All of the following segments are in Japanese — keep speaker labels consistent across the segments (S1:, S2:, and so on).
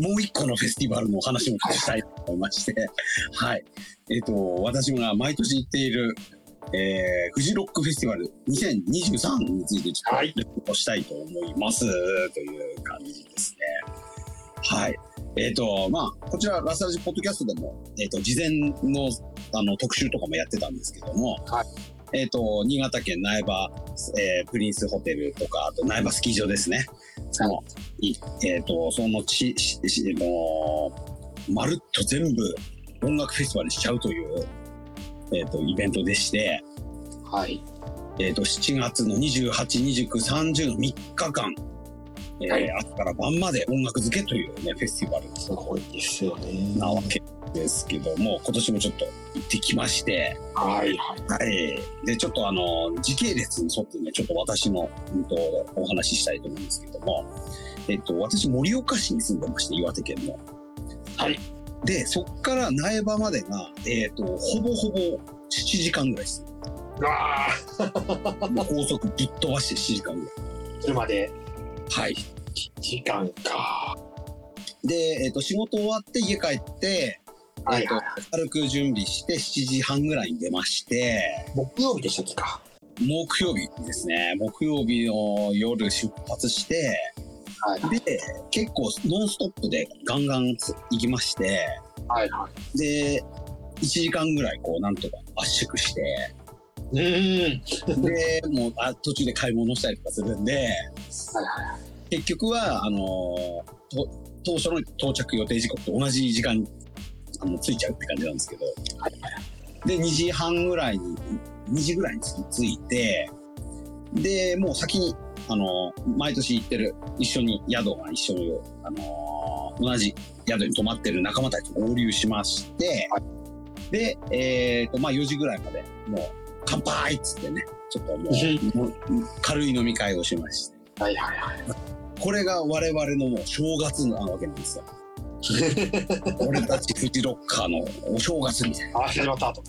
S1: もう一個のフェスティバルのお話もしたいと思いまして、はい。えっ、と、私が毎年行っている、えー、フジロックフェスティバル2023についてちょっと
S2: はい
S1: レポしたいと思います、という感じですね。はい。えっ、と、まあ、こちら、ラスタジポッドキャストでも、えっ、と、事前の、あの、特集とかもやってたんですけども、
S2: はい
S1: えっ、と、新潟県苗場、えープリンスホテルとか、あと苗場スキー場ですね。その、いえっ、と、そのち、し、し、の、まるっと全部音楽フェスティバルにしちゃうという、えっ、と、イベントでして、
S2: はい。
S1: えっ、と、7月の28、29、30の3日間、えー
S2: はい
S1: 朝から晩まで音楽漬けというね、フェスティバル
S2: すごいですよね。
S1: なわけですけども、今年もちょっと行ってきまして、
S2: はいはい。
S1: はい。で、ちょっとあの、時系列に沿ってね、ちょっと私の、うんと、お話ししたいと思うんですけども、えっと、私、盛岡市に住んでまして、岩手県の。
S2: はい。
S1: で、そっから苗場までが、えっと、ほぼほぼ7時間ぐらいです。
S2: うわあ、
S1: もう高速ぶっ飛ばして7時間ぐらい。
S2: 車で
S1: はい。
S2: 時間か。
S1: で、えっと、仕事終わって家帰って、
S2: はい
S1: えっと、軽く準備して7時半ぐらいに出まして、
S2: 木曜日でしたっけか。
S1: 木曜日ですね。木曜日の夜出発して、
S2: はい
S1: で、結構ノンストップでガンガン行きまして、
S2: はいはい。
S1: で、1時間ぐらいこうなんとか圧縮して、
S2: うーん。
S1: で、もうあ途中で買い物したりとかするんで、
S2: はいは
S1: 結局は、あのーと当初の到着予定時刻と同じ時間にあの着いちゃうって感じなんですけど、で、2時半ぐらいに、2時ぐらいに着いて、で、もう先に、あのー毎年行ってる、一緒に宿が一緒に、あのー同じ宿に泊まってる仲間たちと合流しまして、で、えっ、と、まあ4時ぐらいまで、もう、乾杯っつってね、ちょっともう、もう軽い飲み会をしまして、
S2: い。はいはいはい。
S1: これが我々のもう正月なわけなんですよ。俺たちフジロッカーのお正月みたい
S2: あ、始まった後。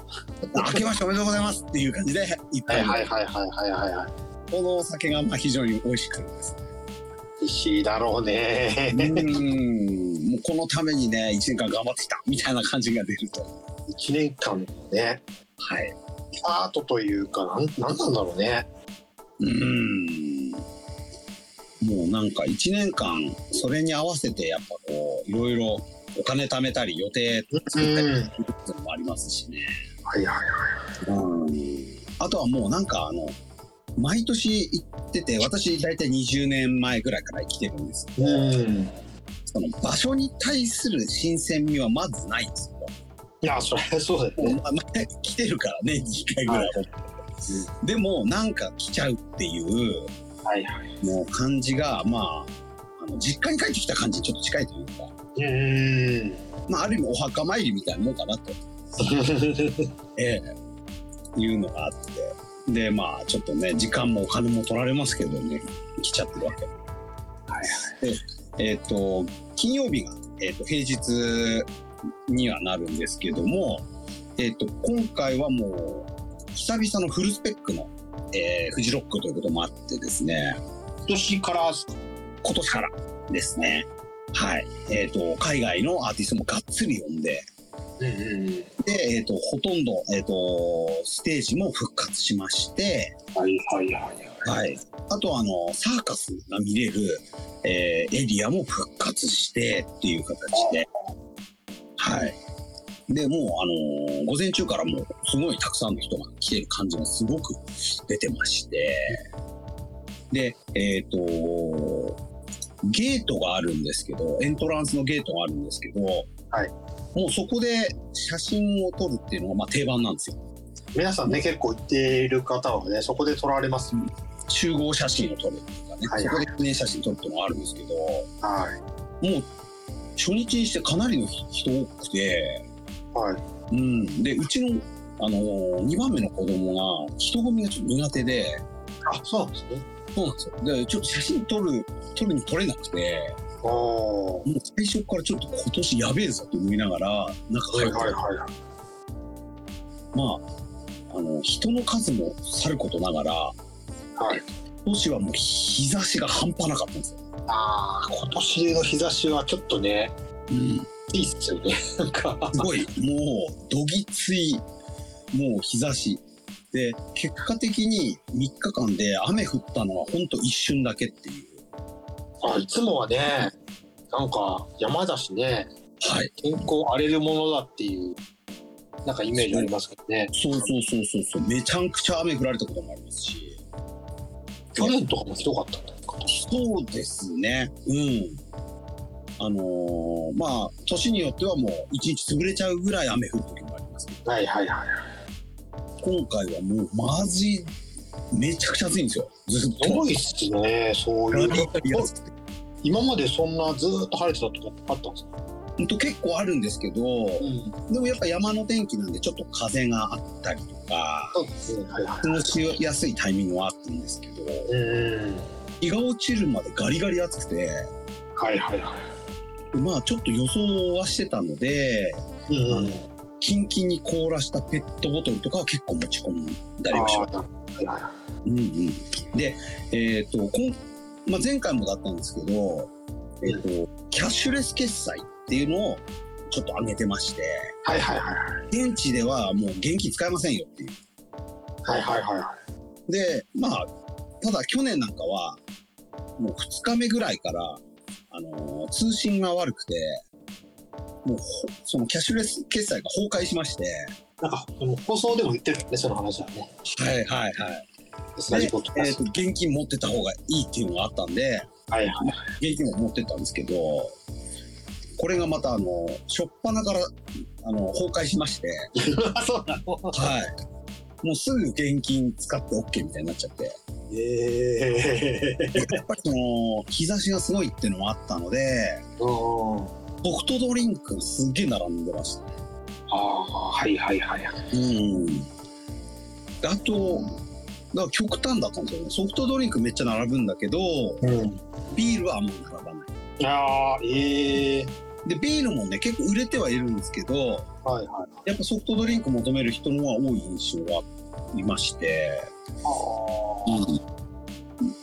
S1: な。明けましておめでとうございますっていう感じで、いっ
S2: は
S1: ぱ
S2: い
S1: い、
S2: はいはいはいはいはいは
S1: このお酒がまあ非常に美味しくてですね。
S2: い。しいだろうね
S1: う。ーん、もうこのためにね、1年間頑張ってきたみたいな感じが出ると。
S2: 一年間のね、
S1: はい。
S2: スタートというか、なん、なんなんだろうね。
S1: うーん。もうなんか1年間、それに合わせてやっぱこう、いろいろお金貯めたり予定
S2: うん。
S1: 作ったりっていうのもありますしね。
S2: はいはいはい。
S1: あとはもうなんかあの、毎年行ってて、私大体20年前ぐらいから生きてるんですけど、
S2: うん。
S1: その場所に対する新鮮味はまずないんですよ。
S2: いや、そりゃそうだよ
S1: もう
S2: ね。
S1: ま前来てるからね、2回ぐらい。でもなんか来ちゃうっていう、
S2: はいはい。
S1: もう感じが、まあ、あの実家に帰ってきた感じにちょっと近いというか、
S2: うん。
S1: まあある意味お墓参りみたいなもんかな と、ええ、いうのがあって、でまあちょっとね、時間もお金も取られますけどね、来ちゃってるわけ
S2: はい
S1: えっ、と、金曜日が、えっと平日にはなるんですけども、えっ、と、今回はもう、久々のフルスペックの、えーフジロックということもあってですね、
S2: 今年から、
S1: 今年からですね、はい、えっ、と、海外のアーティストもがっつり呼んで、
S2: うんうん。
S1: で、えっ、と、ほとんど、えっ、と、ステージも復活しまして、
S2: はいはいはい。
S1: はい。あと、あの、サーカスが見れる、えーエリアも復活してっていう形で、はい。で、もう、あのー午前中からもう、すごいたくさんの人が来てる感じがすごく出てまして、で、えっ、と、ゲートがあるんですけど、エントランスのゲートがあるんですけど、
S2: はい
S1: もうそこで写真を撮るっていうのが、まあ定番なんですよ。
S2: 皆さんね、結構行っている方はね、そこで撮られます。
S1: 集合写真を撮るとかね、
S2: はい
S1: そこで記念写真撮るっていうのがあるんですけど、
S2: は
S1: もう初日にしてかなりの人多くて、
S2: い。は
S1: う
S2: い。
S1: ん、でうちの、あのー、2番目の子供が人混みがちょっと苦手で
S2: あ、そうなんですね。
S1: そうなんですよでちょっと写真撮る撮るに撮れなくて
S2: おー。
S1: もう最初からちょっと今年やべえぞと思いながら中
S2: は
S1: 入
S2: い
S1: って、
S2: はいはい。
S1: まああの人の数もさることながら
S2: はい。
S1: 今年はもう日差しが半端なかったんですよ
S2: あー今年の日差しはちょっとね、
S1: うん、
S2: いいっすよね。 なんか、
S1: すごい、もう、どぎつい、もう日差し。で、結果的に3日間で雨降ったのはほんと一瞬だけっていう。
S2: あいつもはね、なんか山だしね、
S1: はい。
S2: 天候荒れるものだっていう、なんかイメージありますけどね。
S1: そうそうそうそうそう。めちゃくちゃ雨降られたこともありますし。
S2: 去年とかもひどかったんだよ今年
S1: そうですね。うん。あのーまあ、年によってはもう一日潰れちゃうぐらい雨降る時もありますけど、
S2: はいはいはい。
S1: 今回はもうマジ、めちゃくちゃ暑いんですよ。ずっ
S2: すご
S1: と。
S2: いっすね、そうい
S1: ラ
S2: う
S1: リ
S2: の。
S1: ーが安くて
S2: 今までそんなずーっと晴れてたとこあったんですか、
S1: ほんと結構あるんですけど、でもやっぱ山の天気なんでちょっと風があったりとか、
S2: そうですね。はいは
S1: 過ごしやすいタイミングはあったんですけど、
S2: い。うん。
S1: 日が落ちるまでガリガリ暑くて、
S2: はいはいは
S1: まあちょっと予想はしてたので、
S2: い。う
S1: あのキンキンに凍らしたペットボトルとかは結構持ち込んだりはしました。
S2: あーはいは
S1: うんうん、で、えっ、と、こんまあ、前回もだったんですけど、えっ、と、キャッシュレス決済っていうのをちょっと上げてまして、
S2: いはいはい
S1: 現地ではもう現金使えませんよっていう。
S2: はいはいはいは
S1: で、まあ、ただ去年なんかは、もう2日目ぐらいから、あのー通信が悪くて、もうほ、そのキャッシュレス決済が崩壊しまして、
S2: い。なんか、でも放送でも言ってるよね、その話はね。
S1: はいはいはい。
S2: スラジポッドキ
S1: え
S2: ャ
S1: っ、
S2: スト
S1: と、現金持ってた方がいいっていうのがあったんで、
S2: はいはい。
S1: 現金を持ってったんですけど、これがまた、あの、初っ端から、あの、崩壊しまして、
S2: そうなの
S1: はい。もうすぐ現金使って OK みたいになっちゃって、
S2: ええ
S1: やっぱりその、日差しがすごいっていうのもあったので、
S2: うん。
S1: ソフトドリンクすっげえ並んでました。
S2: ああ、はいはいはいはい。
S1: うん。あと、だから極端だったんですよね。ソフトドリンクめっちゃ並ぶんだけど、
S2: うん。
S1: ビールはあんまり並ばない。
S2: ああ、ええ
S1: で、ビールもね、結構売れてはいるんですけど、
S2: はいはい。
S1: やっぱソフトドリンク求める人の方が多い印象がいまして。
S2: あ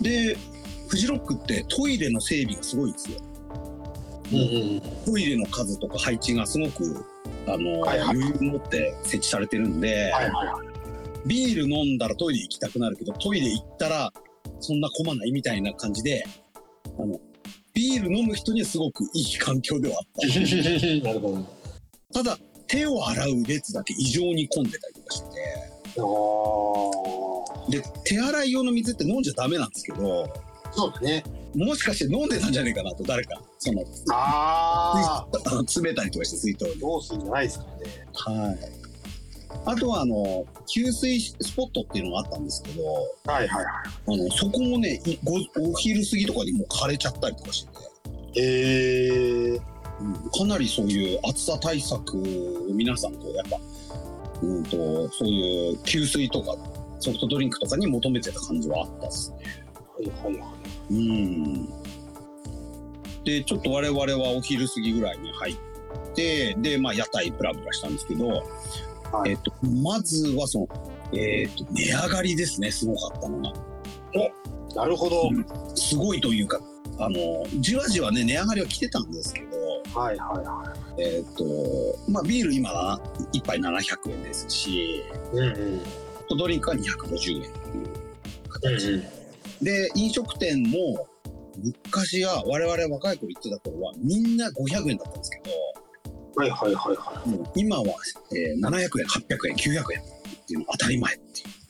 S1: で、フジロックってトイレの整備がすごいんですよ。
S2: あ。うんうん。
S1: トイレの数とか配置がすごく、あの、
S2: はいはい
S1: 余裕を持って設置されてるんで、
S2: はいはいはい。
S1: ビール飲んだらトイレ行きたくなるけど、トイレ行ったらそんな混まないみたいな感じで、あの、ビール飲む人にはすごくいい環境ではあっ
S2: なるほ
S1: た。ただ、手を洗う列だけ異常に混んでたりとかして
S2: ど。あ
S1: て、で、手洗い用の水って飲んじゃダメなんですけど、
S2: あ。そうだね。
S1: もしかして飲んでたんじゃねえかなと、誰か、その、
S2: ああ。
S1: あの詰めたりとかして水筒に。
S2: どうするんじゃないですかね。
S1: はい。あとは、あの、給水スポットっていうのがあったんですけど、
S2: はいはいは
S1: あの、そこもね、いごお昼過ぎとかにもう枯れちゃったりとかしてて、
S2: い。ええ
S1: かなりそういう暑さ対策を皆さんこうやっぱ、うんと、そういう給水とかソフトドリンクとかに求めてた感じはあったっすね。
S2: はいはいは
S1: う
S2: い。
S1: ん。で、ちょっと我々はお昼過ぎぐらいに入って、で、まあ屋台ブラブラしたんですけど、
S2: はい
S1: えっと、まずはその、えっと、値上がりですね、すごかったのが。
S2: なるほど。
S1: うんすごいというか、あの、じわじわね、値上がりは来てたんですけど、
S2: はいはいは
S1: えーっ、と、まあ、ビール今は1杯700円ですし、
S2: い。うんうん。
S1: ホットドリンクは250円っていう形、
S2: うん
S1: で、飲食店も、昔は、我々若い頃行ってた頃は、みんな500円だったんですけ
S2: はいはいはいは
S1: ど、もう今は、えー700円、800円、900円っていうのが当たり前って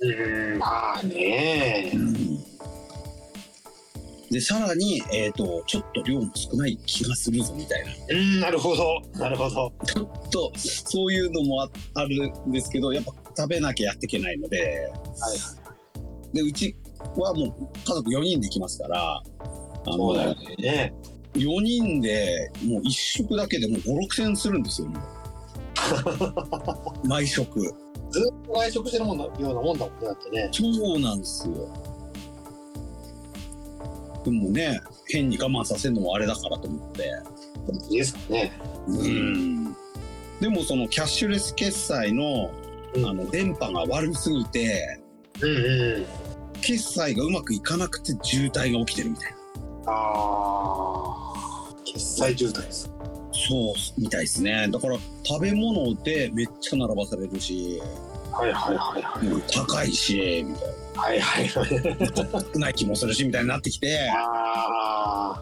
S1: い
S2: い。うん。まあね
S1: う。で、さらに、えーっ、と、ちょっと量も少ない気がするぞみたいな。
S2: うん、なるほど。なるほど。
S1: ちょっと、そういうのもああるんですけど、やっぱ食べなきゃやっていけないので、
S2: はい
S1: で、うちはもう家族4人で来ますから、あの
S2: そうだよね。
S1: 4人でもう1食だけでもう5、6千するんですよ、も う毎食。
S2: ずっと外食してるもんなようなもんだもんね、だってね。
S1: そうなんですよ。でもね、変に我慢させるのもあれだからと思って。
S2: いいですかね。
S1: うん。でもそのキャッシュレス決済の、
S2: うん
S1: あの、電波が悪すぎて、
S2: うんうん。
S1: 決済がうまくいかなくて渋滞が起きてるみたいな。
S2: あー決済渋滞です
S1: そうみたいですねだから食べ物でめっちゃ並ばされるし、
S2: はいはいはいは
S1: うん高いしみたい
S2: いはいはいはい
S1: な少ない気もするしみたいになってきて
S2: あ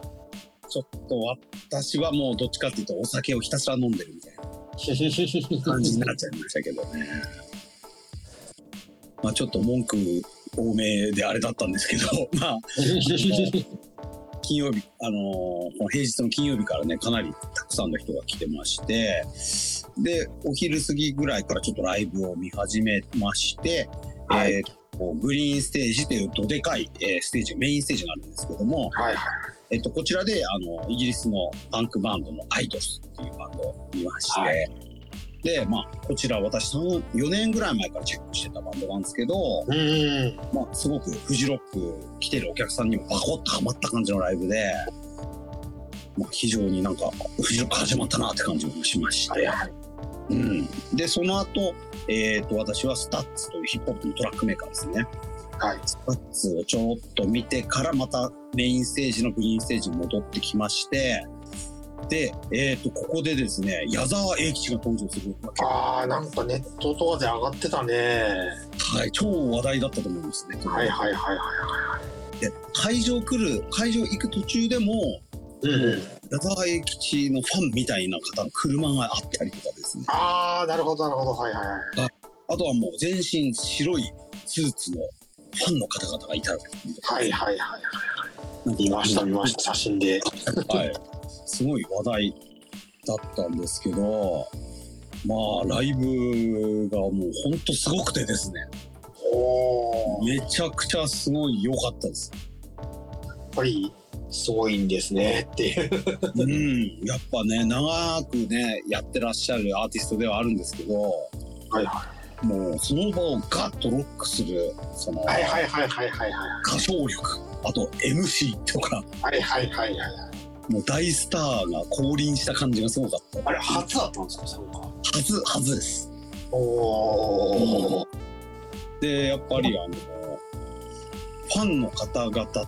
S1: ちょっと私はもうどっちかっていうとお酒をひたすら飲んでるみたいな
S2: ー
S1: 感じになっちゃいましたけどねまあちょっと文句多めであれだったんですけど まあ金曜日、あのーこの平日の金曜日からね、かなりたくさんの人が来てまして、で、お昼過ぎぐらいからちょっとライブを見始めまして、
S2: はい
S1: えーとグリーンステージというどでかい、えーステージ、メインステージがあるんですけども、
S2: はいはい
S1: えっと、こちらで、あの、イギリスのパンクバンドのアイドルスっていうバンドを見まして、
S2: は
S1: で、まあ、こちら私、4年ぐらい前からチェックしてたバンドなんですけど、
S2: うんうん
S1: まあ、すごくフジロック来てるお客さんにもバコッとハマった感じのライブで、まあ、非常になんかフジロック始まったなって感じもしまし
S2: はい
S1: て、
S2: はい
S1: うん、でその後、えー、と私はスタッツというヒップホップのトラックメーカーですね
S2: はい
S1: スタッツをちょっと見てからまたメインステージのグリーンステージに戻ってきましてで、えー、とここでですね矢沢永吉が登場するわけ、
S2: あーなんかネットとかで上がってたね
S1: はい、超話題だったと思うんですね、
S2: はいはいはいは
S1: で会場来る会場行く途中でも
S2: いうんうん
S1: 矢沢永吉のファンみたいな方の車があったりとかですね
S2: ああなるほどなるほどはいはいはい
S1: あとはもう全身白いスーツのファンの方々がいたりとか
S2: はいはいはいはい見ました見ました写真で
S1: はい、すごい話題だったんですけどまあライブがもうほんとすごくてですね
S2: おおや
S1: めちゃくちゃすごい良かったです。
S2: っぱりすごいんですねっていう
S1: うん、やっぱね長くねやってらっしゃるアーティストではあるんですけど、
S2: はいは
S1: もうその場をガッとロックするその
S2: はいはいはいはいはいは
S1: 歌唱力あと MC とか
S2: いはいはいはいはい
S1: もう大スターが降臨した感じがすごかった
S2: あれ初だったんですかそうか
S1: はずはずです
S2: おお
S1: でやっぱりあのファンの方々と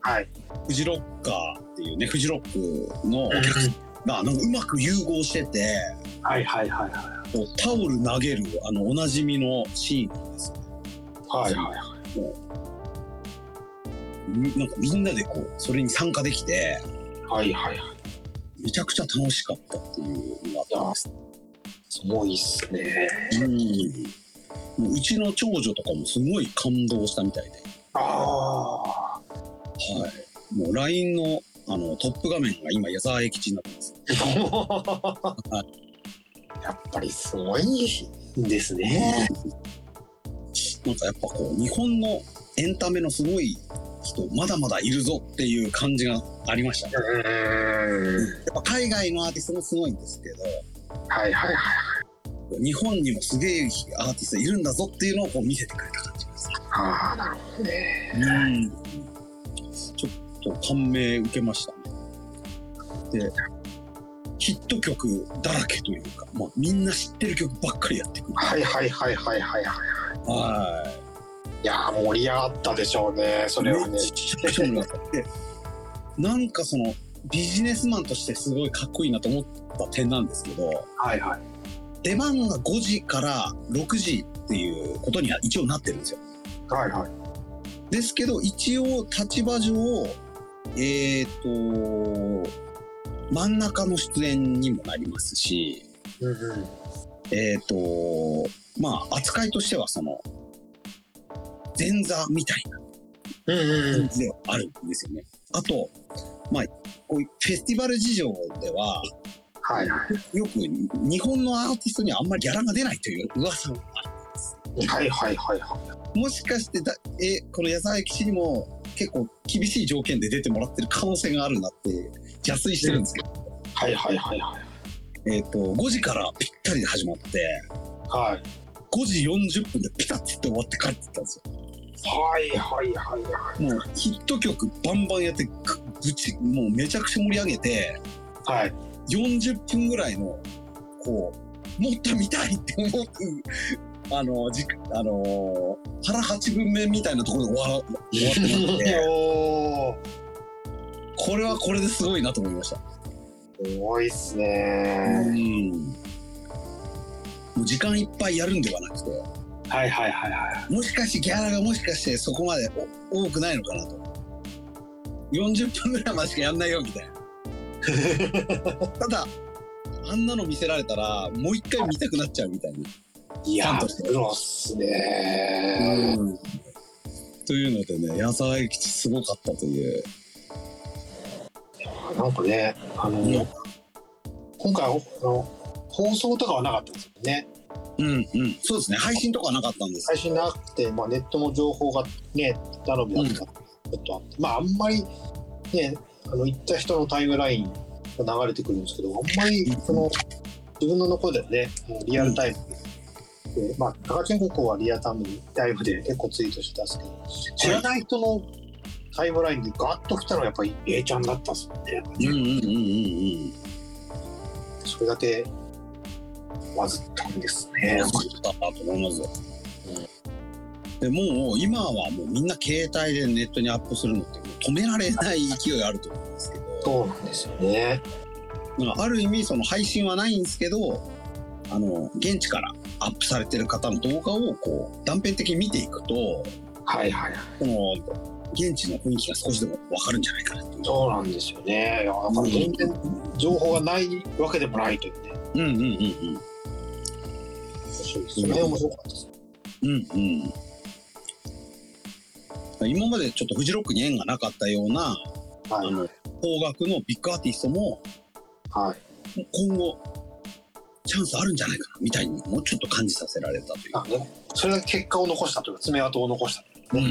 S2: はい
S1: フジロッカーっていうねフジロックのお客さんがなんかうまく融合してて
S2: はいはいはいはい
S1: こうタオル投げるあのおなじみのシーンなんです
S2: はいは
S1: みなんかみんなでこうそれに参加できて
S2: いはいはいはい
S1: めちゃくちゃ楽しかったっていうのがあったんです
S2: すごいっすね
S1: うんもううちの長女とかもすごい感動したみたいで、
S2: ああ
S1: はい、もう LINE のあのトップ画面が今矢沢永吉になってます。
S2: やっぱりすごいんですね
S1: なんかやっぱこう日本のエンタメのすごい人まだまだいるぞっていう感じがありましたね。
S2: う
S1: や
S2: ん
S1: っぱ海外のアーティストもすごいんですけど
S2: はいはいはい
S1: 日本にもすげえアーティストいるんだぞっていうのをこう見せてくれた感じです。
S2: ああなるほどね
S1: うんちょっと感銘受けましたね。でヒット曲だらけというか、まあ、みんな知ってる曲ばっかりやってくる。
S2: はいはいはいはいはいはい
S1: はい
S2: いやー盛り上がったでしょうねそれはね
S1: めちゃくちゃ盛り上がってなんかそのビジネスマンとしてすごいかっこいいなと思った点なんですけど
S2: はいはい
S1: 出番が5時から6時っていうことには一応なってるんですよ
S2: はいはい
S1: ですけど一応立場上えっ、と真ん中の出演にもなりますし
S2: うんうん
S1: えっ、とまあ扱いとしてはその前座みたいな
S2: うんうん
S1: ではあるんですよね。あと、まあ、こういうフェスティバル事情では、
S2: はいは
S1: よく日本のアーティストにはあんまりギャラが出ないという噂もあ
S2: いはいはいはいはい
S1: る。もしかしてだ、えこの矢沢永吉にも結構厳しい条件で出てもらってる可能性があるなって邪推してるんですけど、
S2: はいはいはいはい
S1: えっ、と、5時からぴったりで始まって、
S2: はい
S1: 5時40分でピタッて終わって帰ってったんですよ。
S2: はいはいはいは
S1: もうヒット曲バンバンやって、くぶち、もうめちゃくちゃ盛り上げて、
S2: いはい
S1: 40分ぐらいの、こう、もっと見たいって思う、あの、じあの ー腹八分目みたいなところで終わら終わってまして、
S2: おー
S1: これはこれですごいなと思いました。
S2: すごいっす
S1: う
S2: ね。
S1: ん。もう時間いっぱいやるんではなくて、
S2: はいはいはいは
S1: もしかしてギャラがもしかしてそこまでお多くないのかなと。40分ぐらいまでしかやんないよみたい な。ただ、あんなの見せられたら、もう一回見たくなっちゃうみたいな。
S2: い。い
S1: ちゃ
S2: や
S1: んとして、
S2: プロっすね。
S1: うんというのでね、矢沢永吉すごかったという。
S2: なんかね、あの、
S1: うん
S2: 今回おあの放送とかはなかったんですよね。
S1: うんうん。そうですね。配信とかはなかったんです
S2: 最初なくて、まあ、ネットの情報がね、頼みだったことはあって、まあ、あんまりね、あの、行った人のタイムラインが流れてくるんですけど、あんまり、その、自分の残りでね、もうリアルタイムで、まあ、高千穂子はリアルタイムライブで結構ツイートしてたんですけど、知らない人のタイムラインにガッと来たのはやっぱり A ちゃんだったんですよね。
S1: うんうんうんうんうん。
S2: それだけわずったんですね。
S1: そうだなと思いますよ。でもう今はもうみんな携帯でネットにアップするのってもう止められない勢いあると思うんですけど、
S2: そうなんですよね。
S1: まあある意味その配信はないんですけど、あの現地からアップされてる方の動画をこう断片的に見ていくと、
S2: はいはいはい。
S1: この現地の雰囲気が少しでもわかるんじゃないかなっていう。
S2: そうなんですよね。いや、だから全然情報がないわけでもないというね。
S1: うんうんうんうん。
S2: それ面白かったです。
S1: うんうん。今までちょっとフジロックに縁がなかったような、あ
S2: はい。
S1: の、邦楽のビッグアーティストも、
S2: はい。
S1: 今後、チャンスあるんじゃないかな、みたいにもうちょっと感じさせられたという
S2: な。んかね、それだけ結果を残したというか、爪痕を残した。
S1: うんうんう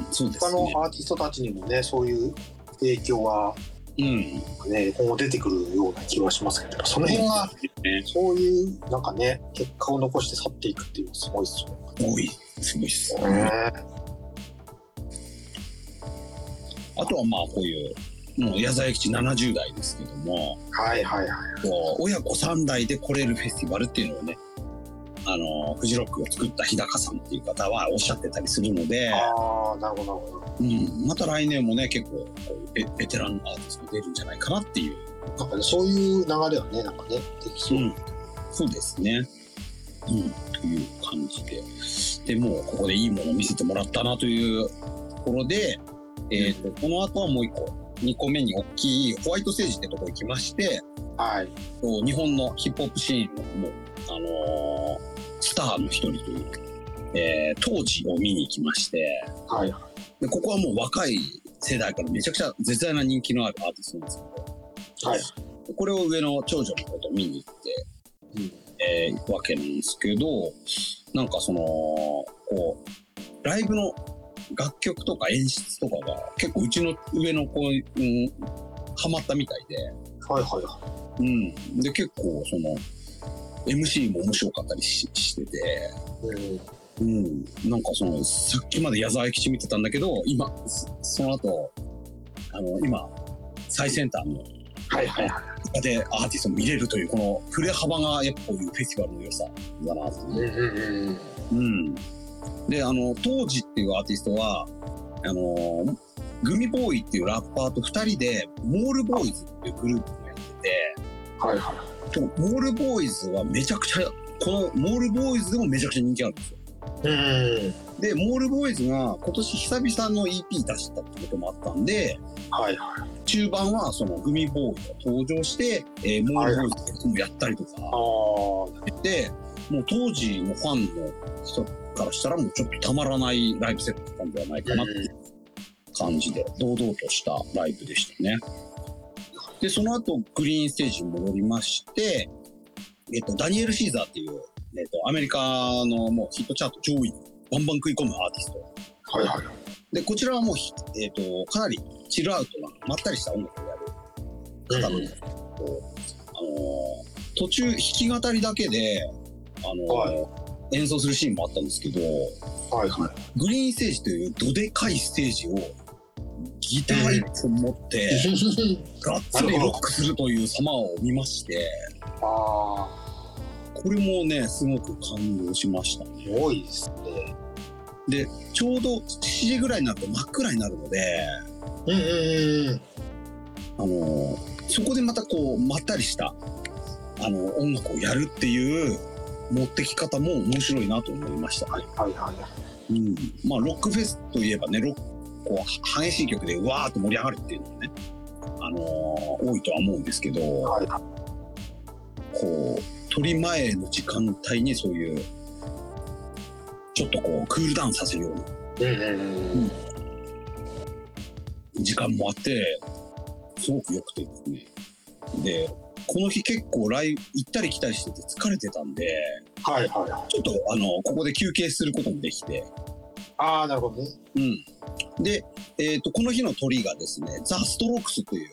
S1: ん、そうで
S2: 他
S1: すね。
S2: のアーティストたちにもね、そういう影響が、
S1: うん。
S2: ね、今後出てくるような気はしますけど、その辺が、そういう、なんかね、結果を残して去っていくっていうのはすごいですよね。
S1: 多い。すごいっす。あとはまあ、こういう、もう矢沢永吉70代ですけども、
S2: はいはいはい。
S1: こう親子3代で来れるフェスティバルっていうのをね、あの、フジロックを作った日高さんっていう方はおっしゃってたりするので、
S2: ああ、なるほど、なるほど。
S1: うん、また来年もね、結構こうベ、ベテランアーティスト出るんじゃないかなっていう。
S2: なんかね、そういう流れはね、なんかね、できそう。
S1: うんそうですね。うん、という感じで。でもう、ここでいいものを見せてもらったなというところで、えっ、と、この後はもう一個、二個目に大きいホワイトステージってとこ行きまして、
S2: はい。
S1: こう日本のヒップホップシーンのもう、あのースターの一人というか、えー当時を見に行きまして、
S2: はい。
S1: で、ここはもう若い世代からめちゃくちゃ絶大な人気のあるアーティストなんですけど、
S2: はい。
S1: これを上の長女のことを見に行って、
S2: うん
S1: えー行くわけなんですけど、なんかその、こう、ライブの楽曲とか演出とかが結構うちの上の子に、うん、ハマったみたいで、
S2: はいはいは
S1: うん。で、結構その、MC も面白かったりししてて、
S2: い。
S1: う
S2: うん。
S1: ん。なんかその、さっきまで矢沢永吉見てたんだけど、今、そその後、あの、今、最先端の
S2: はいはいは
S1: でアーティストも見れるというこの振れ幅がやっぱこういうフェスティバルの良さだなと
S2: い。
S1: 思
S2: う
S1: う、
S2: んうんうん。
S1: うん、であの当時っていうアーティストはあのグミボーイっていうラッパーと2人でモールボーイズっていうグループをやって
S2: はいはい。
S1: てとモールボーイズはめちゃくちゃこのモールボーイズでもめちゃくちゃ人気あるんですよ
S2: うん。
S1: でモールボーイズが今年久々の EP 出したってこともあったんで
S2: はいはい。
S1: 中盤はそのグミボーイが登場して、えーモールボーイズもやったりとか、
S2: ああ。
S1: で、もう当時のファンの人からしたらもうちょっとたまらないライブセットだったんではないかなっていう感じで、堂々としたライブでしたね。で、その後、グリーンステージに戻りまして、えっと、ダニエル・シーザーっていう、えっと、アメリカのもうヒットチャート上位、バンバン食い込むアーティスト。
S2: はいはい。
S1: で、こちらはもうひ、えっと、かなりチルアウトな、まったりした音楽をやる方なんですけど、あのー途中弾き語りだけで、あのー
S2: は
S1: 演奏するシーンもあったんですけど、
S2: はいはい。
S1: グリーンステージというどでかいステージをギター一本持って、がっつりロックするという様を見まして、
S2: ああ。
S1: これもね、すごく感動しましたね。
S2: すごいですね。
S1: ちょうど7時ぐらいになると真っ暗になるので、
S2: うんうんうん。
S1: あのそこでまたこうまったりしたあの音楽をやるっていう持ってき方も面白いなと思いました、
S2: はいはいは
S1: うん、まあロックフェスといえばねロックこう激しい曲でうわーっと盛り上がるっていうのもね、あのー多いとは思うんですけど、
S2: いはい
S1: こう取り前の時間帯にそういうちょっとこうクールダウンさせるような
S2: うんうんうん
S1: 時間もあってすごく良くてですねでこの日結構ライブ行ったり来たりしてて疲れてたんで
S2: はいはいはい
S1: ちょっとあのここで休憩することもできて、
S2: ああなるほどね
S1: うん、で、えー、とこの日の鳥がですねザ・ストロークスという、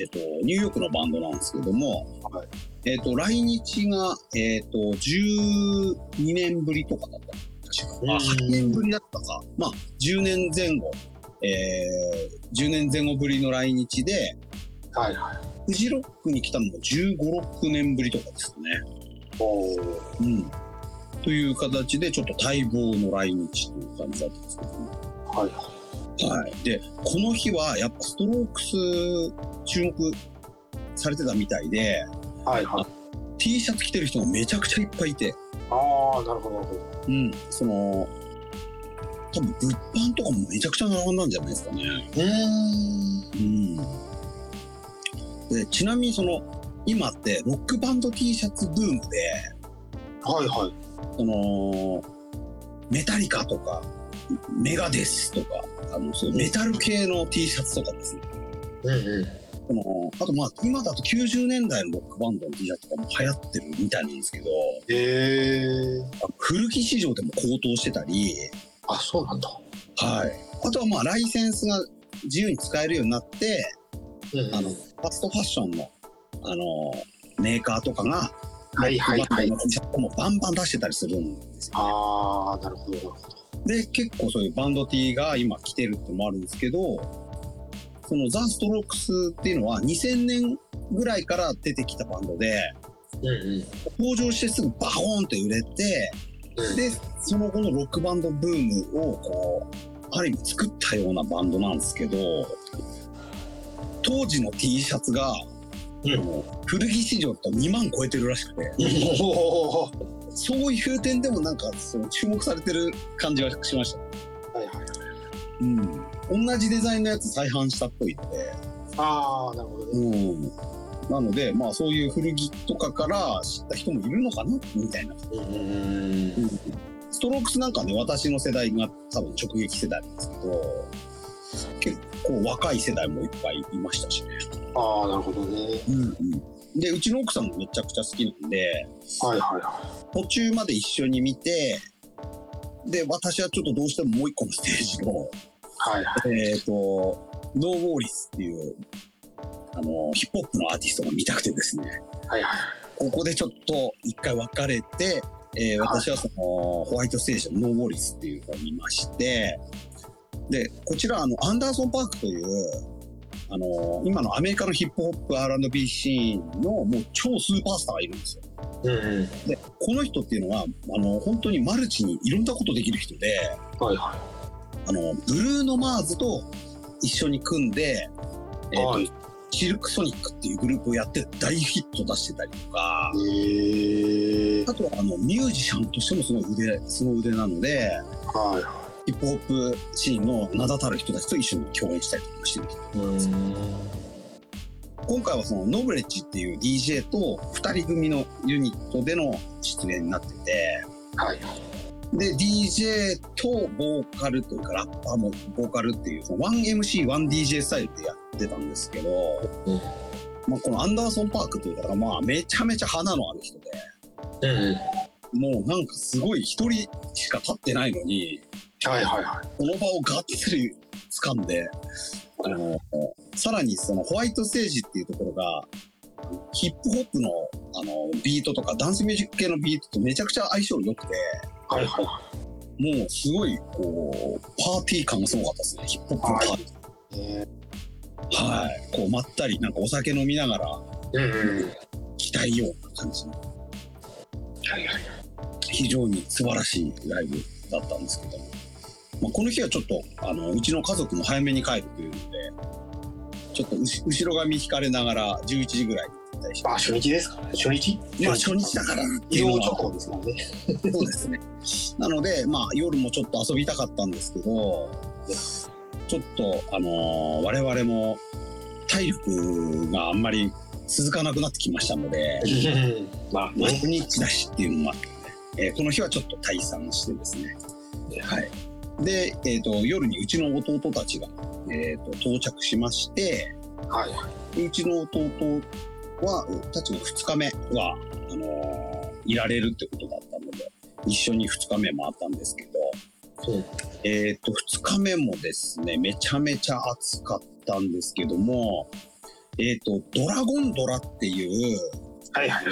S1: えー、とニューヨークのバンドなんですけども、
S2: は
S1: えー、と来日が、えー、と12年ぶりとかだった確かあ
S2: うん
S1: 8年ぶりだったか、まあ、10年前後、えー10年前後ぶりの来日で
S2: はいはい
S1: フジロックに来たのも1 5 6年ぶりとかですね。
S2: おー
S1: うん、という形でちょっと待望の来日という感じだったんですけども
S2: はいは
S1: はい、でこの日はやっぱストロークス注目されてたみたいで
S2: いはいはい
S1: T シャツ着てる人がめちゃくちゃいっぱいいて、
S2: ああなるほどなるほど
S1: うん、その多分物販とかもめちゃくちゃ並んだんじゃないですかね。
S2: うーん
S1: うん、でちなみにその今ってロックバンド T シャツブームで
S2: はいはい
S1: そのメタリカとかメガデスとかあのそういうメタル系の T シャツとかですね
S2: うんうん
S1: このあとまあ今だと90年代のロックバンドの T シャツとかも流行ってるみたいなんですけど
S2: ええー、
S1: 古着市場でも高騰してたり、
S2: あそうなんだ
S1: はい、あとはまあライセンスが自由に使えるようになって
S2: うん
S1: あのファストファッションのあのメーカーとかが
S2: はいはい
S1: ロックバ
S2: は
S1: ン
S2: い
S1: ドの T シャツもバンバン出してたりするんですよ。
S2: ああなるほどなるほど
S1: で結構そういうバンド T が今来てるってのもあるんですけどそのザ・ストロークスっていうのは2000年ぐらいから出てきたバンドで。
S2: うんうん
S1: 登場してすぐバコーンって売れて
S2: うん
S1: でその後のロックバンドブームをこうある意味作ったようなバンドなんですけど当時の T シャツが、
S2: うん
S1: もう古着市場と2万超えてるらしくて
S2: おー
S1: そういう点でもなんかその注目されてる感じがしました、
S2: はいはい
S1: うん、同じデザインのやつ再販したっぽいので。
S2: ああなるほどね
S1: うんなので、まあそういう古着とかから知った人もいるのかなみたいな。
S2: うんうんうん
S1: ストロークスなんかね、私の世代が多分直撃世代なんですけど、結構若い世代もいっぱいいましたしね。
S2: ああなるほどね
S1: で、うちの奥さんもめちゃくちゃ好きなんで、
S2: はいはいは
S1: 途中まで一緒に見て、で、私はちょっとどうしてももう一個のステージの、
S2: いはいはい
S1: えっ、と、ノーウォーリスっていう、あの、ヒップホップのアーティストが見たくてですね。
S2: はいはい
S1: ここでちょっと一回別れて、えー
S2: はい
S1: 私はそのホワイトステーションノーウォリスっていうのを見まして、で、こちらあのアンダーソンパークという、あの今のアメリカのヒップホップ R&B シーンのもう超スーパースターがいるんですよ。
S2: うんうん
S1: で、この人っていうのは、あの本当にマルチにいろんなことできる人で、
S2: はいは
S1: あのブルーノ・マーズと一緒に組んで、え
S2: い
S1: ーと
S2: はい
S1: シルクソニックっていうグループをやって大ヒット出してたりとか、
S2: ええー、
S1: あとはあのミュージシャンとしてもすごい腕、すごい腕なので、
S2: は
S1: ヒ
S2: い
S1: ップホップシーンの名だたる人たちと一緒に共演したりとかしてる。
S2: うん
S1: 今回はそのノブレッジっていう DJ と2人組のユニットでの出演になってて、
S2: はい
S1: で、DJ とボーカルというか、ラッパーもボーカルっていう、その 1MC1DJ スタイルでやってたんですけど、
S2: うん
S1: まあ、このアンダーソン・パークというから、まあ、めちゃめちゃ花のある人で、
S2: うんうん
S1: もうなんかすごい一人しか立ってないのに、
S2: はいはいはい
S1: この場をがっつり掴んで、あの、さらにそのホワイトステージっていうところが、ヒップホップのあのビートとかダンスミュージック系のビートとめちゃくちゃ相性良くて、
S2: はいはいは
S1: もうすごいこう、パーティー感がすごかったですね、ヒップホップのパーティー。
S2: いえ
S1: はい。こう、まったり、なんかお酒飲みながら、
S2: ーうんうん
S1: 着たいような感じの、
S2: はいはい
S1: 非常に素晴らしいライブだったんですけども。まあ、この日はちょっと、あの、うちの家族も早めに帰るというので、ちょっとうし後ろ髪引かれながら11時ぐらいに行ったりし
S2: あ、
S1: ま
S2: 初日ですからね。初日
S1: まあ初日だからって
S2: 移
S1: いうの
S2: 動
S1: は
S2: 直後ですもんね。
S1: そうですね。なので、まあ、夜もちょっと遊びたかったんですけど、ちょっと、あのー我々も体力があんまり続かなくなってきましたの で、
S2: まあ
S1: 毎
S2: ね。
S1: 日だしっていうのもあって、ねえーこの日はちょっと退散してですね。はい。で、えっ、と、夜にうちの弟たちが、えっ、と、到着しまして、
S2: はい。
S1: うちの弟は、たちの2日目は、あのーいられるってことだったので、一緒に2日目もあったんですけど、
S2: うん
S1: えっ、と、2日目もですね、めちゃめちゃ暑かったんですけども、えっ、と、ドラゴンドラっていう、
S2: はいはいは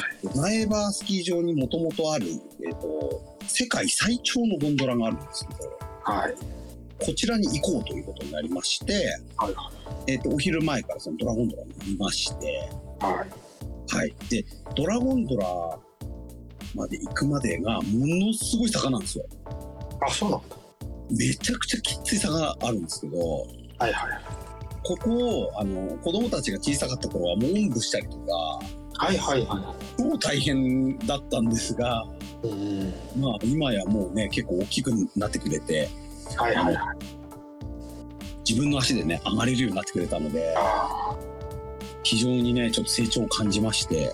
S1: 苗
S2: い。
S1: 場スキー場にもともとある、えっ、と、世界最長のゴンドラがあるんですけど、
S2: はい。
S1: こちらに行こうということになりまして、
S2: はい
S1: えっ、と、お昼前からそのドラゴンドラに行きまして、
S2: はい。
S1: はい。で、ドラゴンドラまで行くまでが、ものすごい坂なんですよ。
S2: あ、そうなんだ。
S1: めちゃくちゃきつい坂があるんですけど、こ
S2: はいはいはい。
S1: こを、あの、子供たちが小さかった頃は、もうおんぶしたりとか、
S2: はいはいは
S1: 超大変だったんですが、
S2: い。うん。
S1: まあ、今やもうね、結構大きくなってくれて、
S2: はいはいはい。
S1: 自分の足でね、上がれるようになってくれたので、
S2: あ
S1: 非常にね、ちょっと成長を感じまして、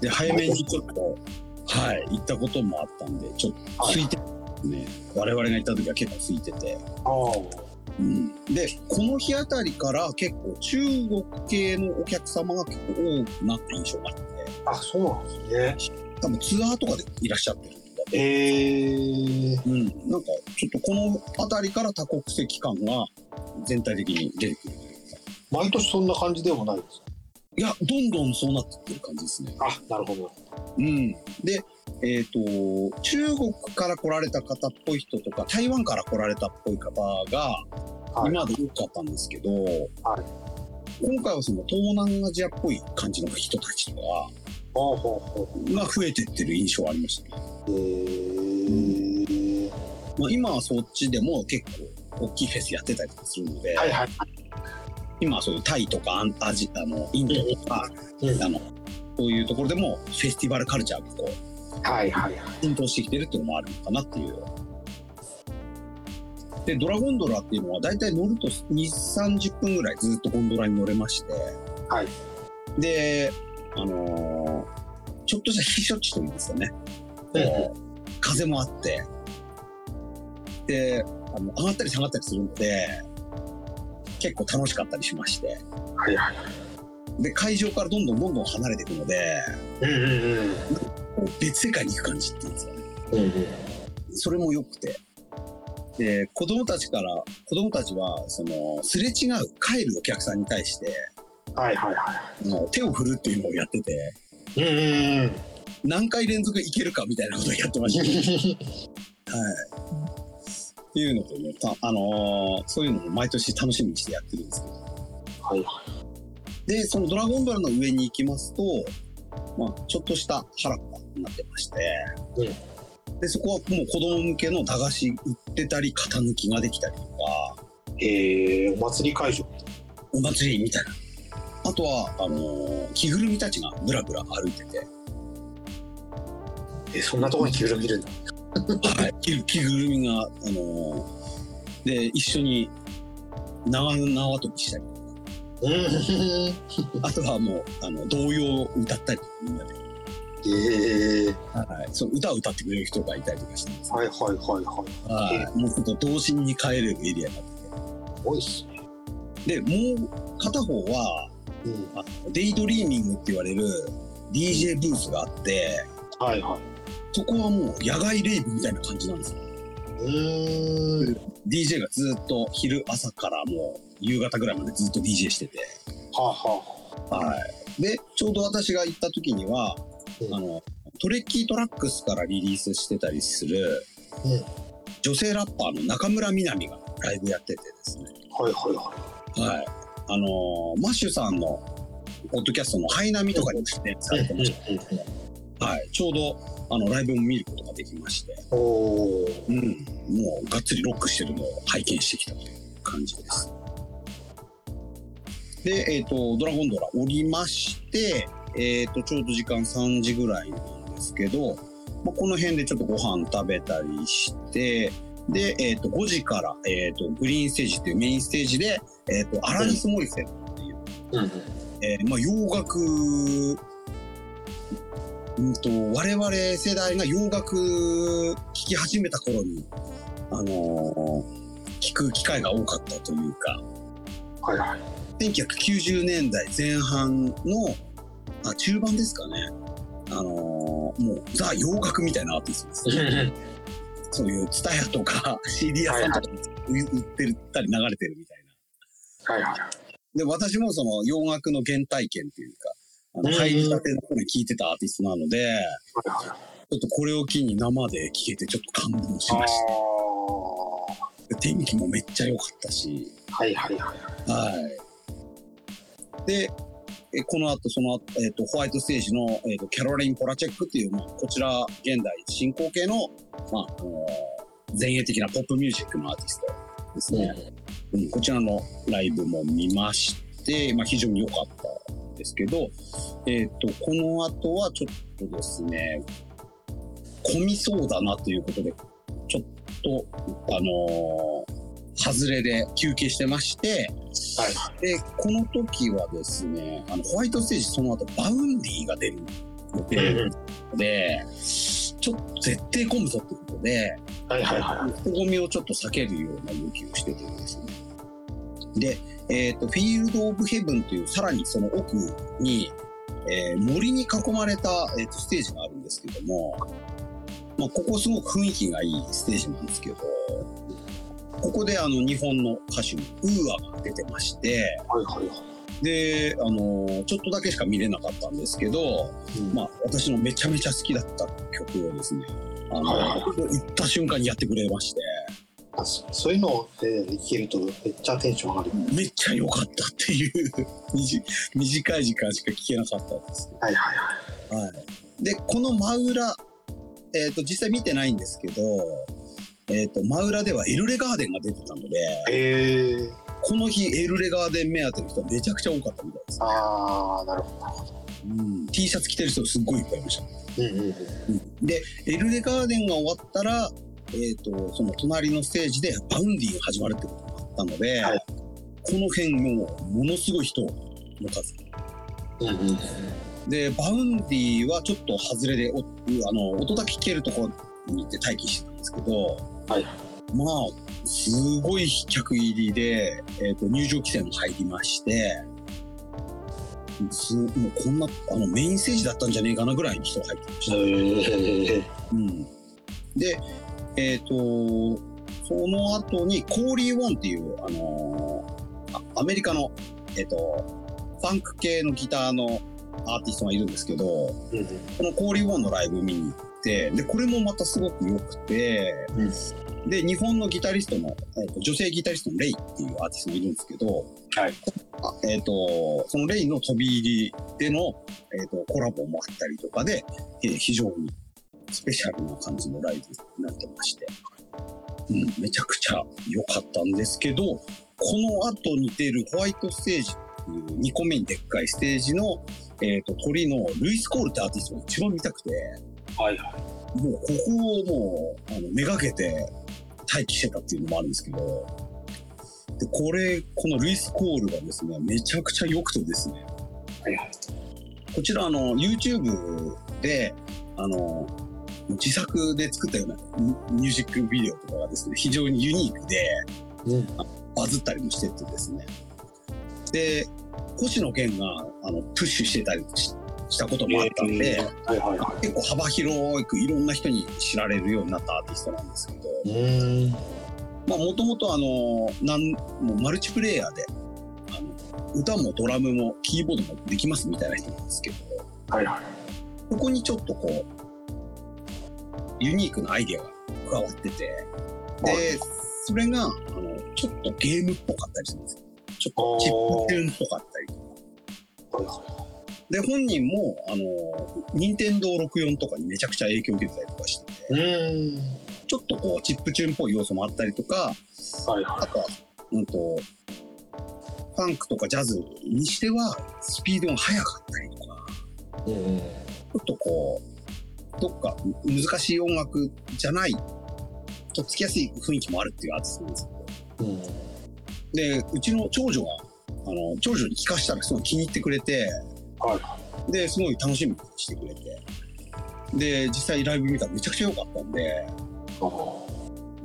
S1: で、早めにちょっと、はい、行ったこともあったんで、ちょっと空いてますね、我々が行った時は結構空いてて、
S2: あ。あ
S1: うん、で、この日あたりから結構中国系のお客様が結構多くなった印象があって、
S2: あ。あ、そうなんですね。
S1: 多分ツアーとかでいらっしゃってるんだね。
S2: えー。
S1: うん、なんかちょっとこの辺りから多国籍感が全体的に出てくるというか。
S2: 毎年そんな感じでもないです。
S1: いや、どんどんそうなってってる感じですね。
S2: あ、なるほど。
S1: うん、で、えー、と中国から来られた方っぽい人とか台湾から来られたっぽい方が
S2: はい
S1: 今まで多かったんですけど、
S2: は
S1: 今回はその東南アジアっぽい感じの人たちとか
S2: ほうほうほ
S1: が増えてってる印象はありましたね。
S2: う。えー。
S1: まあ、今はそっちでも結構大きいフェスやってたりとかするので、
S2: はいはい。
S1: 今はそういうタイとかアンアジあのインドとか、
S2: うん
S1: あのそういうところでもフェスティバルカルチャーがこう
S2: はいはいはい。
S1: 浸透してきてるっていうのもあるのかなっていう。で、ドラゴンドラっていうのは、大体乗ると2、30分ぐらいずっとゴンドラに乗れまして、
S2: はい
S1: で、あのーちょっとした避暑地というんですかね、
S2: うん
S1: こう風もあって、で、あの上がったり下がったりするので、結構楽しかったりしまして、
S2: はいはい。
S1: で、会場からどんどんどんどん離れていくので、
S2: うんうんうん。
S1: こう別世界に行く感じっていうんですかね。
S2: うんうん。
S1: それも良くて。で、子供たちから、子供たちは、その、すれ違う、帰るお客さんに対して、
S2: はいはいは
S1: あの手を振るっていうのをやってて、
S2: い。うんうんうん。
S1: 何回連続いけるかみたいなことをやってました。はい。っていうのとね、たあのーそういうのも毎年楽しみにしてやってるんですけど。
S2: はいはい。
S1: で、そのドラゴンドラの上に行きますと、まあ、ちょっとした原っぱになってまして、で、そこはもう子供向けの駄菓子売ってたり、型抜きができたりとか、
S2: えー、お祭り会場。
S1: お祭りみたいな。あとは、あのー着ぐるみたちがブラブラ歩いてて、
S2: え、そんなところに着ぐるみいるんだ。
S1: はい、着着ぐるみが、あのーで、一緒に長縄跳びしたり、
S2: うん。
S1: あとはもう、あの、童謡を歌ったりとか、みんなで、
S2: えー、
S1: はい、その歌を歌ってくれる人がいたりとかしてます。
S2: はいはいはいはい。
S1: はい、もうちょっと童心に帰れるエリアになっ
S2: 多いっすね。
S1: てて。で、もう片方は、
S2: うん。
S1: あのデイドリーミングって言われる DJ ブースがあって、
S2: はいはい。
S1: そこはもう野外レイブみたいな感じなんですよ。
S2: うーん。
S1: DJ がずっと昼朝からもう夕方ぐらいまでずっと DJ してて、
S2: はあ、は
S1: はい、でちょうど私が行った時には、
S2: うん
S1: あのトレッキートラックスからリリースしてたりする、
S2: うん
S1: 女性ラッパーの中村みなみがライブやっててですね、
S2: あ、はいはいは
S1: はい、あのーマッシュさんのポッドキャストの「ハイナミ」とかにも出演されてまし
S2: い。うん
S1: た、はい、ちょうどあのライブも見ることができまして、
S2: おー。
S1: うん、もうがっつりロックしてるのを拝見してきたという感じです。で、えっ、と、ドラゴンドラ降りまして、えっ、と、ちょうど時間3時ぐらいなんですけど、まあ、この辺でちょっとご飯食べたりして、で、えっ、と、5時から、えっ、と、グリーンステージっていうメインステージで、えっ、と、アラニス・モリセン
S2: うんうん
S1: えーまあ、洋楽うんと我々世代が洋楽聴き始めた頃に、あのー聞く機会が多かったというか
S2: はいはい
S1: 1990年代前半のあ中盤ですかね、あのーもうザ洋楽みたいなアーティストですね。そういうツタヤとか CD 屋さんとかに売ってたり流れてるみたいな。
S2: はいはい
S1: で、私もその洋楽の原体験というか、あの、
S2: うん
S1: 入りたての頃に聴いてたアーティストなので、
S2: はいはい
S1: ちょっとこれを機に生で聴けてちょっと感動し
S2: あ
S1: まし
S2: ー
S1: た。天気もめっちゃ良かったし、
S2: はいはいはい
S1: はい。で、えこの後、その後、えっ、と、ホワイトステージの、えっ、と、キャロリン・ポラチェックっていう、まあ、こちら、現代進行形の、まあ、あのー前衛的なポップミュージックのアーティストですね。うん、こちらのライブも見まして、まあ、非常に良かったんですけど、えっ、と、この後はちょっとですね、混みそうだなということで、ちょっと、あのー外れで休憩してまして、
S2: はいは
S1: で、この時はですね、あの、ホワイトステージその後、バウンディが出る予
S2: いうん
S1: 定
S2: うん
S1: で、ちょっと絶対混むぞってことで、
S2: はいはいはいはい
S1: 人混みをちょっと避けるような動きをしててですね。で、えっ、と、フィールド・オブ・ヘブンという、さらにその奥に、えー森に囲まれた、えーとステージがあるんですけども、まあ、ここすごく雰囲気がいいステージなんですけど、ここであの日本の歌手のウーアが出てまして、
S2: はいはいはい
S1: で、あのーちょっとだけしか見れなかったんですけど、
S2: うん
S1: まあ、私のめちゃめちゃ好きだった曲をですね、あの
S2: はいはい
S1: 行った瞬間にやってくれまして、
S2: あそそういうのを、えー、聞けるとめっちゃテンション上がる。
S1: めっちゃ良かったっていう 短短い時間しか聞けなかったんです
S2: はいはいはい。
S1: けど、はい、でこの真裏、えー、と実際見てないんですけど、えー、と真裏ではエルレガーデンが出てたので
S2: えー、
S1: この日エルレガーデン目当ての人はめちゃくちゃ多かったみたいです、
S2: ああ、なるほど、なるほど。
S1: うん、T シャツ着てる人すっごいいっぱいいました、
S2: うんうんうん。
S1: うん、でエルレガーデンが終わったら、えー、とその隣のステージでバウンディが始まるってことがあったので、
S2: はい
S1: この辺もうものすごい人の数
S2: うんうんうん。
S1: で、バウンディはちょっと外れで、おあの音だけ聞けるところに行って待機してたんですけど、
S2: はい
S1: まあ、すごい客入りで、えっと入場規制も入りまして、すもうこんなあのメインステージだったんじゃねえかなぐらいの人が入ってました。
S2: えー、
S1: うん、で、えっ、と、その後にコーリー・ウォンっていう、あのーあアメリカの、えっ、と、ファンク系のギターのアーティストがいるんですけど、こ
S2: うんうん。
S1: のコーリー・ウォンのライブ見に行って、で、これもまたすごく良くて、で、日本のギタリストの、えーと女性ギタリストのレイっていうアーティストがいるんですけど、
S2: はい
S1: あえっ、と、そのレイの飛び入りでの、えー、とコラボもあったりとかで、えー非常にスペシャルな感じのライブになってまして、うん、めちゃくちゃ良かったんですけど、この後に出るホワイトステージっていう2個目にでっかいステージの、えー、と鳥のルイス・コールってアーティストが一番見たくて、
S2: はいはい。
S1: もうここをもうあのめがけて待機してたっていうのもあるんですけど、でこれ、このルイス・コールがですね、めちゃくちゃ良くてですね、
S2: はいはい。
S1: こちらあの YouTube で、あの、自作で作ったようなミミュージックビデオとかがですね、非常にユニークで、
S2: うん。
S1: バズったりもしててですね。で、星野源があのプッシュしてたりししたこともあったんで、
S2: はいはいは
S1: 結構幅広くいろんな人に知られるようになったアーティストなんですけど、
S2: い。うん。
S1: まあもともとあの、なん、もうマルチプレイヤーで、あの、歌もドラムもキーボードもできますみたいな人なんですけど、
S2: はいはい。
S1: ここにちょっとこう、ユニークなアイデアが加わってて、
S2: は
S1: で、それが、あの、ちょっとゲームっぽかったりするんですよ。ちょっとチップチューンっぽかったりとか。
S2: はいは
S1: で、本人も、あの、任天堂64とかにめちゃくちゃ影響を受けてたりとかしてて、
S2: い。うん。
S1: ちょっとこう、チップチューンっぽい要素もあったりとか、
S2: はい
S1: あ
S2: は
S1: とは、うんと、パンクとかジャズにしては、スピードが速かったりとか、
S2: うんうん
S1: ちょっとこう、どっか難しい音楽じゃない、とっつきやすい雰囲気もあるっていうアーティストなんですけど、
S2: うん
S1: で、うちの長女が、あの、長女に聞かしたらすごい気に入ってくれて、
S2: はい
S1: で、すごい楽しみにしてくれて、で、実際ライブ見たらめちゃくちゃ良かったんで、
S2: あ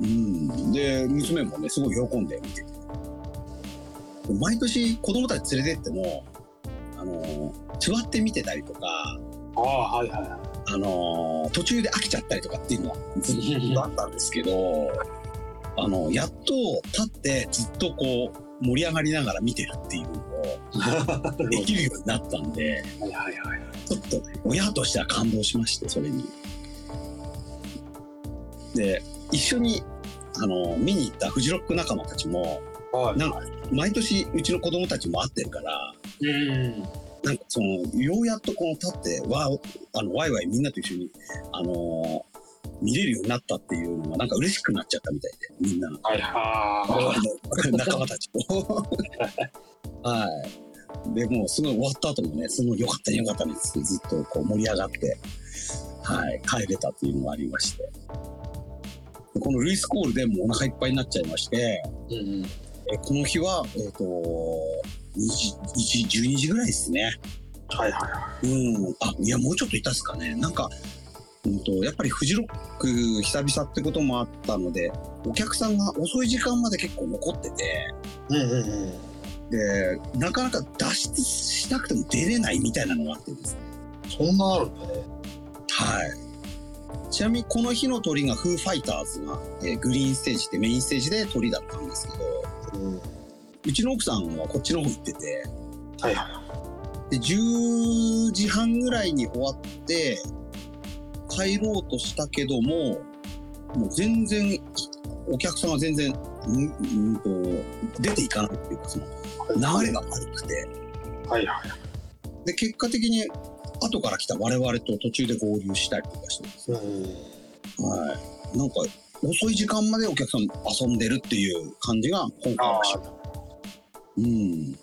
S2: ー
S1: うん。で、娘もね、すごい喜んで見てて。毎年子供たち連れてっても、あの、座って見てたりとか、
S2: あーはいはいは
S1: あの、途中で飽きちゃったりとかっていうのはずっとあったんですけど、あの、やっと立ってずっとこう、盛り上がりながら見てるっていうのを
S2: い
S1: できるようになったんで、
S2: はいはいはい
S1: ちょっとね、親としては感動しまして、それに。で、一緒に、あの、見に行ったフジロック仲間たちも、
S2: はい
S1: なんか、毎年、うちの子供たちも会ってるから、
S2: うん
S1: なんかその、ようやっとこの立って、わあの、ワイワイみんなと一緒に、あの見れるようになったっていうのが、なんか嬉しくなっちゃったみたいで、みんな。
S2: はいは
S1: あ
S2: い
S1: の仲間たちも。はい。でもうすごい終わった後もね、すごい良かったね、良かったねっつってずっとこう盛り上がって、はい、帰れたっていうのもありまして。でこのルイスコールでもうお腹いっぱいになっちゃいまして、
S2: うんうん
S1: えこの日は、えっ、と、2時、1時、12時ぐらいですね。
S2: はいはいは
S1: うん、あいやもうちょっといたっすかねなんか、うん、とやっぱりフジロック久々ってこともあったのでお客さんが遅い時間まで結構残ってて
S2: いうんうんうん
S1: でなかなか脱出しなくても出れないみたいなのがあってですね
S2: そんなあるんだね
S1: はいちなみにこの日の鳥がフーファイターズが、えーグリーンステージってメインステージで鳥だったんですけど
S2: うん
S1: うちの奥さんはこっちの方行ってて
S2: はいは
S1: で10時半ぐらいに終わって帰ろうとしたけどももう全然お客さんが全然んんと出ていかないっていうかその
S2: い
S1: 流れが悪くて
S2: はいはい
S1: で結果的に後から来た我々と途中で合流したりとかしてですね、
S2: うん
S1: はい、なんか遅い時間までお客さん遊んでるっていう感じが今回
S2: あ
S1: の
S2: あ
S1: うん。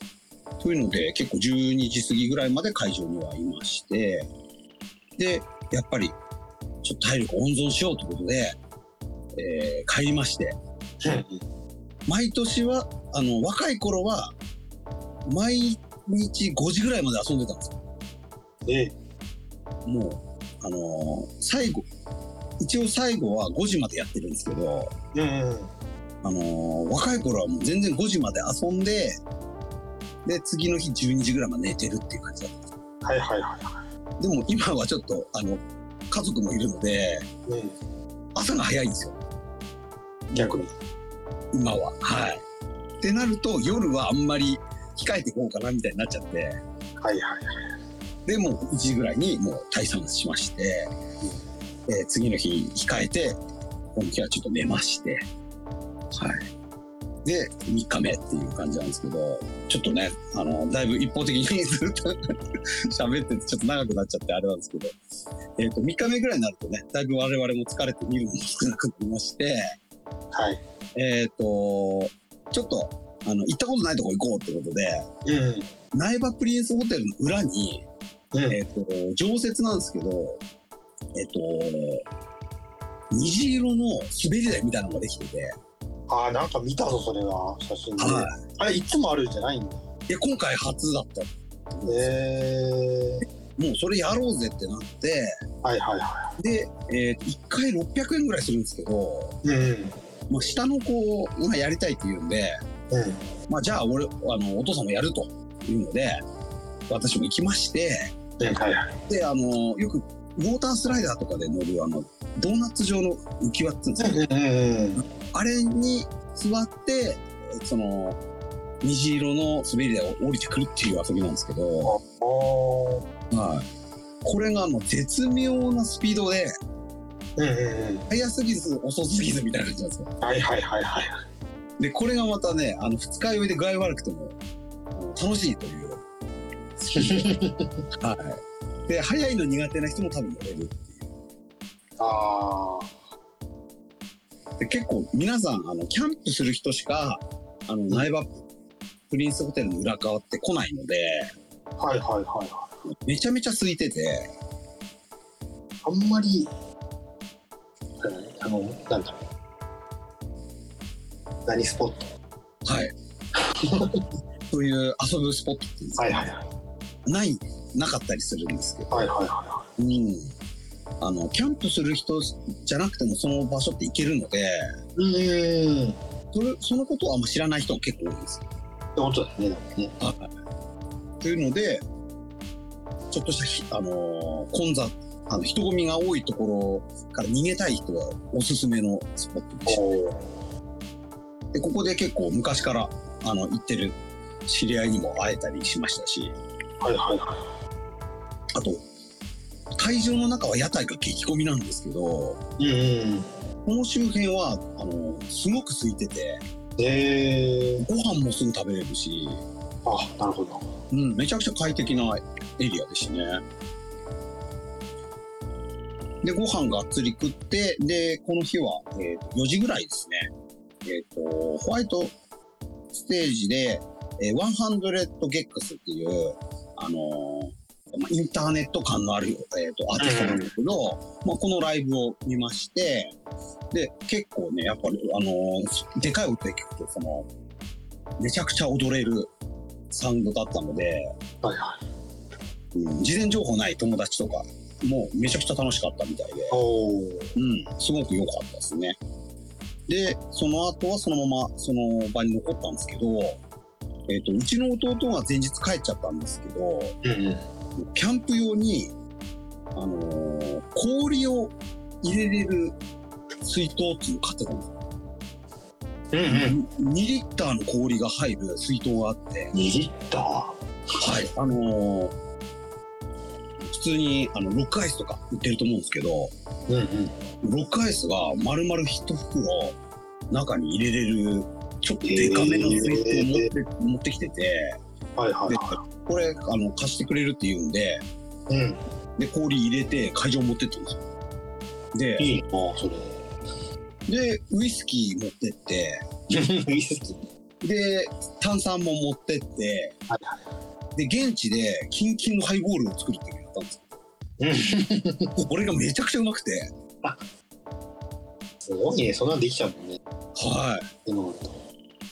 S1: というので、結構12時過ぎぐらいまで会場にはいまして、で、やっぱり、ちょっと体力温存しようということで、えー帰りまして、毎年は、あの、若い頃は、毎日5時ぐらいまで遊んでたんですよ。
S2: え
S1: もう、あのー最後、一応最後は5時までやってるんですけど、
S2: うんうん
S1: あのー若い頃はもう全然5時まで遊んで、で、次の日12時ぐらいまで寝てるっていう感じだった
S2: はいはいはい
S1: でも今はちょっと、あの、家族もいるので、
S2: うん
S1: 朝が早いんですよ、
S2: 逆に
S1: 今は。はい。ってなると、夜はあんまり控えていこうかなみたいになっちゃって、
S2: はいはいはい
S1: で、もう1時ぐらいにもう退散しまして、えー次の日控えて、今日はちょっと寝まして、はい。で、3日目っていう感じなんですけど、ちょっとね、あの、だいぶ一方的にずっと 喋ってて、ちょっと長くなっちゃってあれなんですけど、えっ、と、3日目ぐらいになるとね、だいぶ我々も疲れて見るのも少なくなりまして、
S2: はい
S1: えっ、と、ちょっと、あの、行ったことないとこ行こうってことで、
S2: うん
S1: 苗場プリンスホテルの裏に、
S2: うん
S1: えっ、と、常設なんですけど、えっ、と、虹色の滑り台みたいなのができてて、
S2: ああなんか見たぞそれは写真で
S1: は
S2: あれいつもあるんじゃないんだ
S1: いや、今回初だったんですよ
S2: ええ
S1: もうそれやろうぜってなって、
S2: はいはいは
S1: で、えーと、1回600円ぐらいするんですけど、
S2: いうん
S1: まあ、下の子がやりたいって言うんで、
S2: うん
S1: まあ、じゃあ俺、あの、お父さんもやるというので、私も行きまして、
S2: うんはいはい
S1: で、あの、よく、ウォータースライダーとかで乗る、あの、ドーナツ状の浮き輪って言うんですけど
S2: うんうんうん
S1: あれに座って、その、虹色の滑り台を降りてくるっていう遊びなんですけど、
S2: あー
S1: はい。これがもう絶妙なスピードで、
S2: うんうんう
S1: 速すぎず遅すぎずみたいな感じなんですよ。
S2: んはいはいはいはい
S1: で、これがまたね、あの、二日酔いで具合悪くても、あの楽しいという。はい。で、速いの苦手な人も多分乗れる。
S2: ああ
S1: で、結構皆さん、あの、キャンプする人しか、あの、苗場プリンスホテルの裏側って来ないので、
S2: はいはいはいは
S1: めちゃめちゃ空いてて、
S2: い。あんまり、えーあの、なんだろう。何スポット
S1: はい。 そういう遊ぶスポットっていうんですか
S2: はいはいはい。
S1: ない、なかったりするんですけど、
S2: はいはいは
S1: うん。あの、キャンプする人じゃなくてもその場所って行けるので、
S2: い。うーん。って
S1: それそのことをあんま知らない人も結構多いんですよ
S2: ことだよね、だってね。
S1: というので、ちょっとしたひ、あのー混雑、あの、人混みが多いところから逃げたい人はおすすめのスポットでし
S2: おー
S1: た。で、ここで結構昔から、あの、行ってる知り合いにも会えたりしましたし、
S2: はいはいはい。
S1: あと、会場の中は屋台が激込みなんですけど、
S2: うんうん。
S1: この周辺は、あの、すごく空いてて、
S2: えー、
S1: ご飯もすぐ食べれるし、
S2: あ、なるほど。
S1: うん、めちゃくちゃ快適なエリアでしたね。で、ご飯がっつり食って、で、この日は、えーと4時ぐらいですね。えっ、と、ホワイトステージで、えー、100ゲックスっていう、あのーまあインターネット感のある、えー、とアーティストなんですけど、まあ、このライブを見まして、で、結構ね、やっぱり、あのーでかい音で聞くと、その、めちゃくちゃ踊れるサウンドだったので、
S2: はいはい。
S1: うん事前情報ない友達とかもめちゃくちゃ楽しかったみたいで、
S2: おー。
S1: うん、すごく良かったですね。で、その後はそのままその場に残ったんですけど、えっ、と、うちの弟が前日帰っちゃったんですけど、
S2: うんうん。
S1: キャンプ用に、あのー氷を入れれる水筒っていうのを買ってたんですよ。
S2: うんうん。
S1: 2リッターの氷が入る水筒があって、
S2: 2リッター
S1: はい、あのー普通にあのロックアイスとか売ってると思うんですけど、
S2: うんうん。
S1: ロックアイスが丸々一袋中に入れれる、ちょっとデカめの水筒を持って,、持ってきてて、
S2: はいはいは
S1: これあの貸してくれるって言うんで、
S2: い。うん。
S1: で氷入れて会場持ってったんですよ。で、
S2: いいなそれ。
S1: で、ウイスキー持ってって、
S2: ウイスキー。
S1: で、炭酸も持ってって、
S2: はいは
S1: で、現地でキンキンのハイボールを作るっていうのやったんです
S2: い。
S1: よ。これがめちゃくちゃうまくて、
S2: すごいね、そんなんできちゃうもんね。
S1: は
S2: 今ま
S1: い。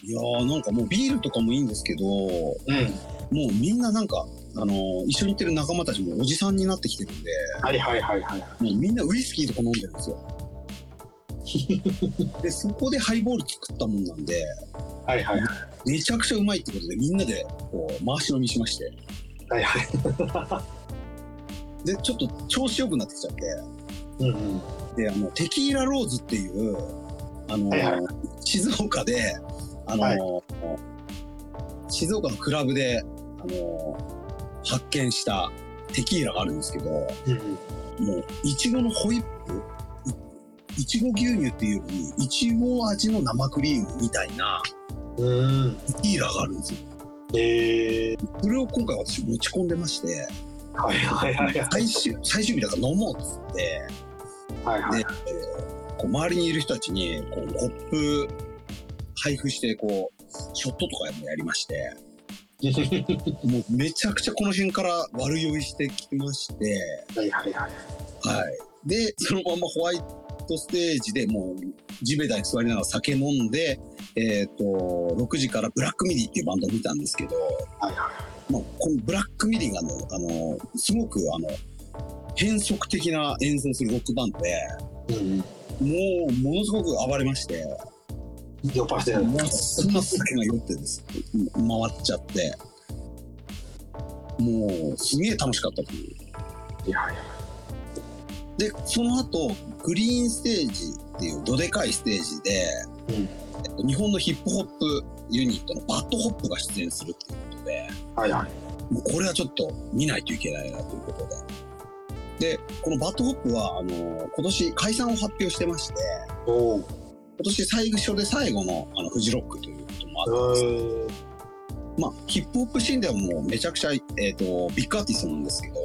S1: いやーなんかもうビールとかもいいんですけど、も
S2: でうん。
S1: うみんななんか、あのー一緒に行ってる仲間たちもおじさんになってきてるんで、
S2: はいはいはいはい。
S1: もうみんなウイスキーとか飲んでるん ですよ。で、そこでハイボール作ったもんなんで、
S2: はいはい
S1: めちゃくちゃうまいってことでみんなでこう回し飲みしまして、
S2: はいはい。
S1: で、ちょっと調子良くなってきちゃって、
S2: うんうん。
S1: であのテキーラローズっていうあの、
S2: はいはい
S1: 静岡であの、
S2: は
S1: 静岡のクラブであの発見したテキーラがあるんですけども
S2: うん
S1: ういちごのホイップいいちご牛乳っていうよりいちご味の生クリームみたいな
S2: うん。うん。
S1: テキーラがあるんですよ。
S2: えー。
S1: それを今回私持ち込んでまして
S2: はいはいはいはい。
S1: 最終最終日だから飲もうっつって。
S2: はいはい。
S1: こう周りにいる人たちにこうコップ配布してこうショットとかもやりましてもうめちゃくちゃこの辺から悪酔いしてきまして、
S2: はいはいはい。
S1: はい、でそのままホワイトステージでもう地べたに座りながら酒飲んで、えー、と6時からブラックミディっていうバンドを見たんですけど、
S2: はいは
S1: まあ、このブラックミディがあのあのすごくあの変則的な演奏するロックバンドで
S2: い。うんうん。
S1: もうものすごく暴れまして。
S2: 酔っ払ってる。
S1: ますます酒が酔ってです回っちゃってもうすげえ楽しかったという
S2: いはいはい。
S1: でその後グリーンステージっていうどでかいステージで、
S2: うん
S1: えっと日本のヒップホップユニットのバッドホップが出演するっていうことで
S2: はいはい。
S1: もうこれはちょっと見ないといけないなということででこのバッドホップはあの今年解散を発表してまして
S2: おー。
S1: 今年最初で最後のあのフジロックということもあって
S2: うーん。
S1: まあ、ヒップホップシーンではもうめちゃくちゃ、えー、とビッグアーティストなんですけど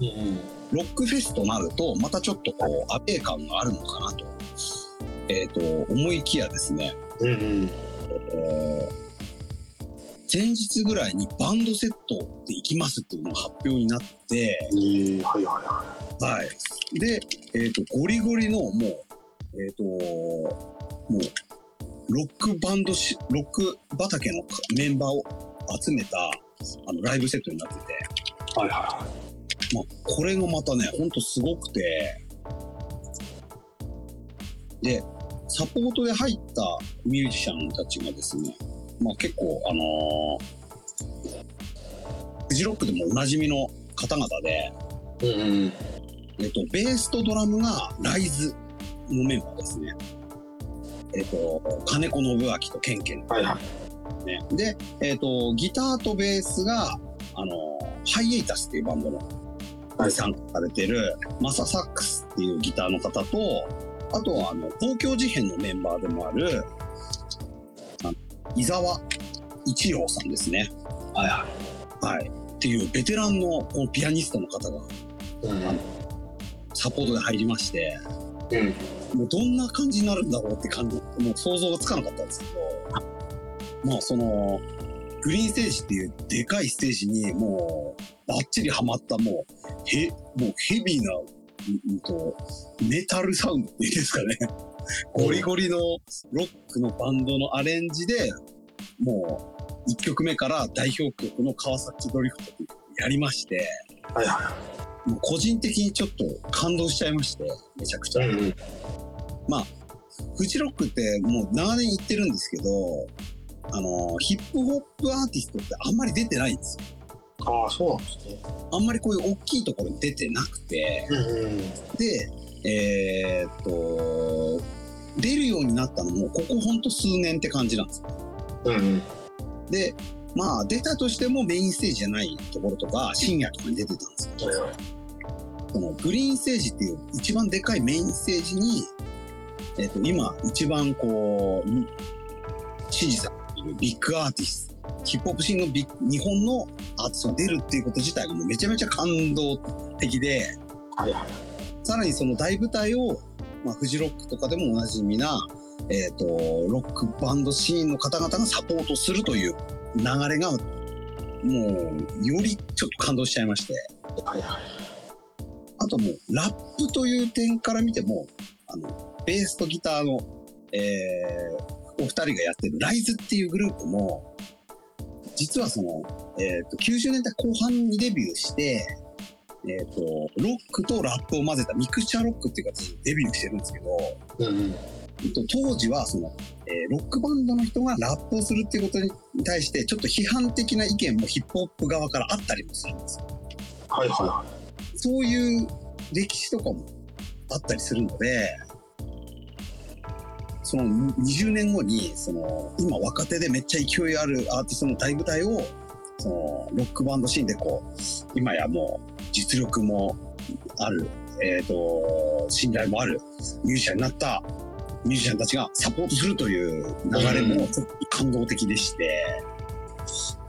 S2: うんうん。
S1: ロックフェスとなるとまたちょっとこうアウェー感があるのかなと,、えー、と思いきやですね、
S2: うんうん。
S1: えー前日ぐらいにバンドセットで行きますっていうのが発表になって、
S2: えー、はいはいは
S1: はい。で、えっ、と、ゴリゴリのもう、えっ、と、もう、ロックバンドし、ロック畑のメンバーを集めた、あの、ライブセットになってて、
S2: い。はいは
S1: まあ、これがまたね、ほんとすごくて、で、サポートで入ったミュージシャンたちがですね、まあ結構、あのーフジロックでもおなじみの方々で、
S2: いはい。うんうん。
S1: えっと、ベースとドラムがライズのメンバーですね。えっと、金子信明とケンケン
S2: はいはい。
S1: ね。で、えっと、ギターとベースが、あの、ハイエイタスっていうバンドの、
S2: はい
S1: 参加されてる、マササックスっていうギターの方と、あとは、あの、東京事変のメンバーでもある、あの伊沢一郎さんですね。
S2: はいは
S1: はい。っていうベテランのこのピアニストの方が
S2: い。うんうん。
S1: サポートで入りまして、
S2: うん。
S1: もうどんな感じになるんだろうって感じ、もう想像がつかなかったんですけど、まあその、グリーンステージっていうでかいステージにもうバッチリハマったもう、へ、もうヘビーな、うんうんと、メタルサウンドっていうんですかね。ゴリゴリのロックのバンドのアレンジで、もう1曲目から代表曲の川崎ドリフトっていう曲をやりまして、
S2: はいは
S1: もう個人的にちょっと感動しちゃいまして、めちゃくちゃ。
S2: い。うんうん。
S1: フジロックってもう長年言ってるんですけど、あの、ヒップホップアーティストってあんまり出てないんですよ。
S2: ああ、そうなんですね。
S1: あんまりこういう大きいところに出てなくて、
S2: うんうん。
S1: で、えーっと、出るようになったのも、ここほんと数年って感じなんですよ。
S2: うんうん。
S1: で、まあ出たとしてもメインステージじゃないところとか、深夜とかに出てたんですけ
S2: はい
S1: ど、
S2: はい。
S1: そのグリーンステージっていう一番でかいメインステージに、えーっと、今一番こう、に支持されているビッグアーティスト、ヒップホップシーンのビッ日本のアーティストが出るっていうこと自体がもうめちゃめちゃ感動的で、
S2: はいはい。
S1: さらにその大舞台を、まあ、フジロックとかでもおなじみな、えっ、と、ロックバンドシーンの方々がサポートするという流れが、もう、よりちょっと感動しちゃいまして。
S2: はいはい。
S1: あともう、ラップという点から見ても、あの、ベースとギターの、えーお二人がやってるライズっていうグループも、実はその、えっ、と、90年代後半にデビューして、えっ、と、ロックとラップを混ぜたミクチャーロックっていう形でデビューしてるんですけど、
S2: うんうん。
S1: えっと当時はその、えーロックバンドの人がラップをするっていうことに対して、ちょっと批判的な意見もヒップホップ側からあったりもするんですよ
S2: はいはいは
S1: そういう歴史とかもあったりするので、その20年後に、その今若手でめっちゃ勢いあるアーティストの大舞台を、そのロックバンドシーンでこう、今やもう実力もある、えっ、と、信頼もあるミュージシャンになったミュージシャンたちがサポートするという流れもちょっと感動的でして、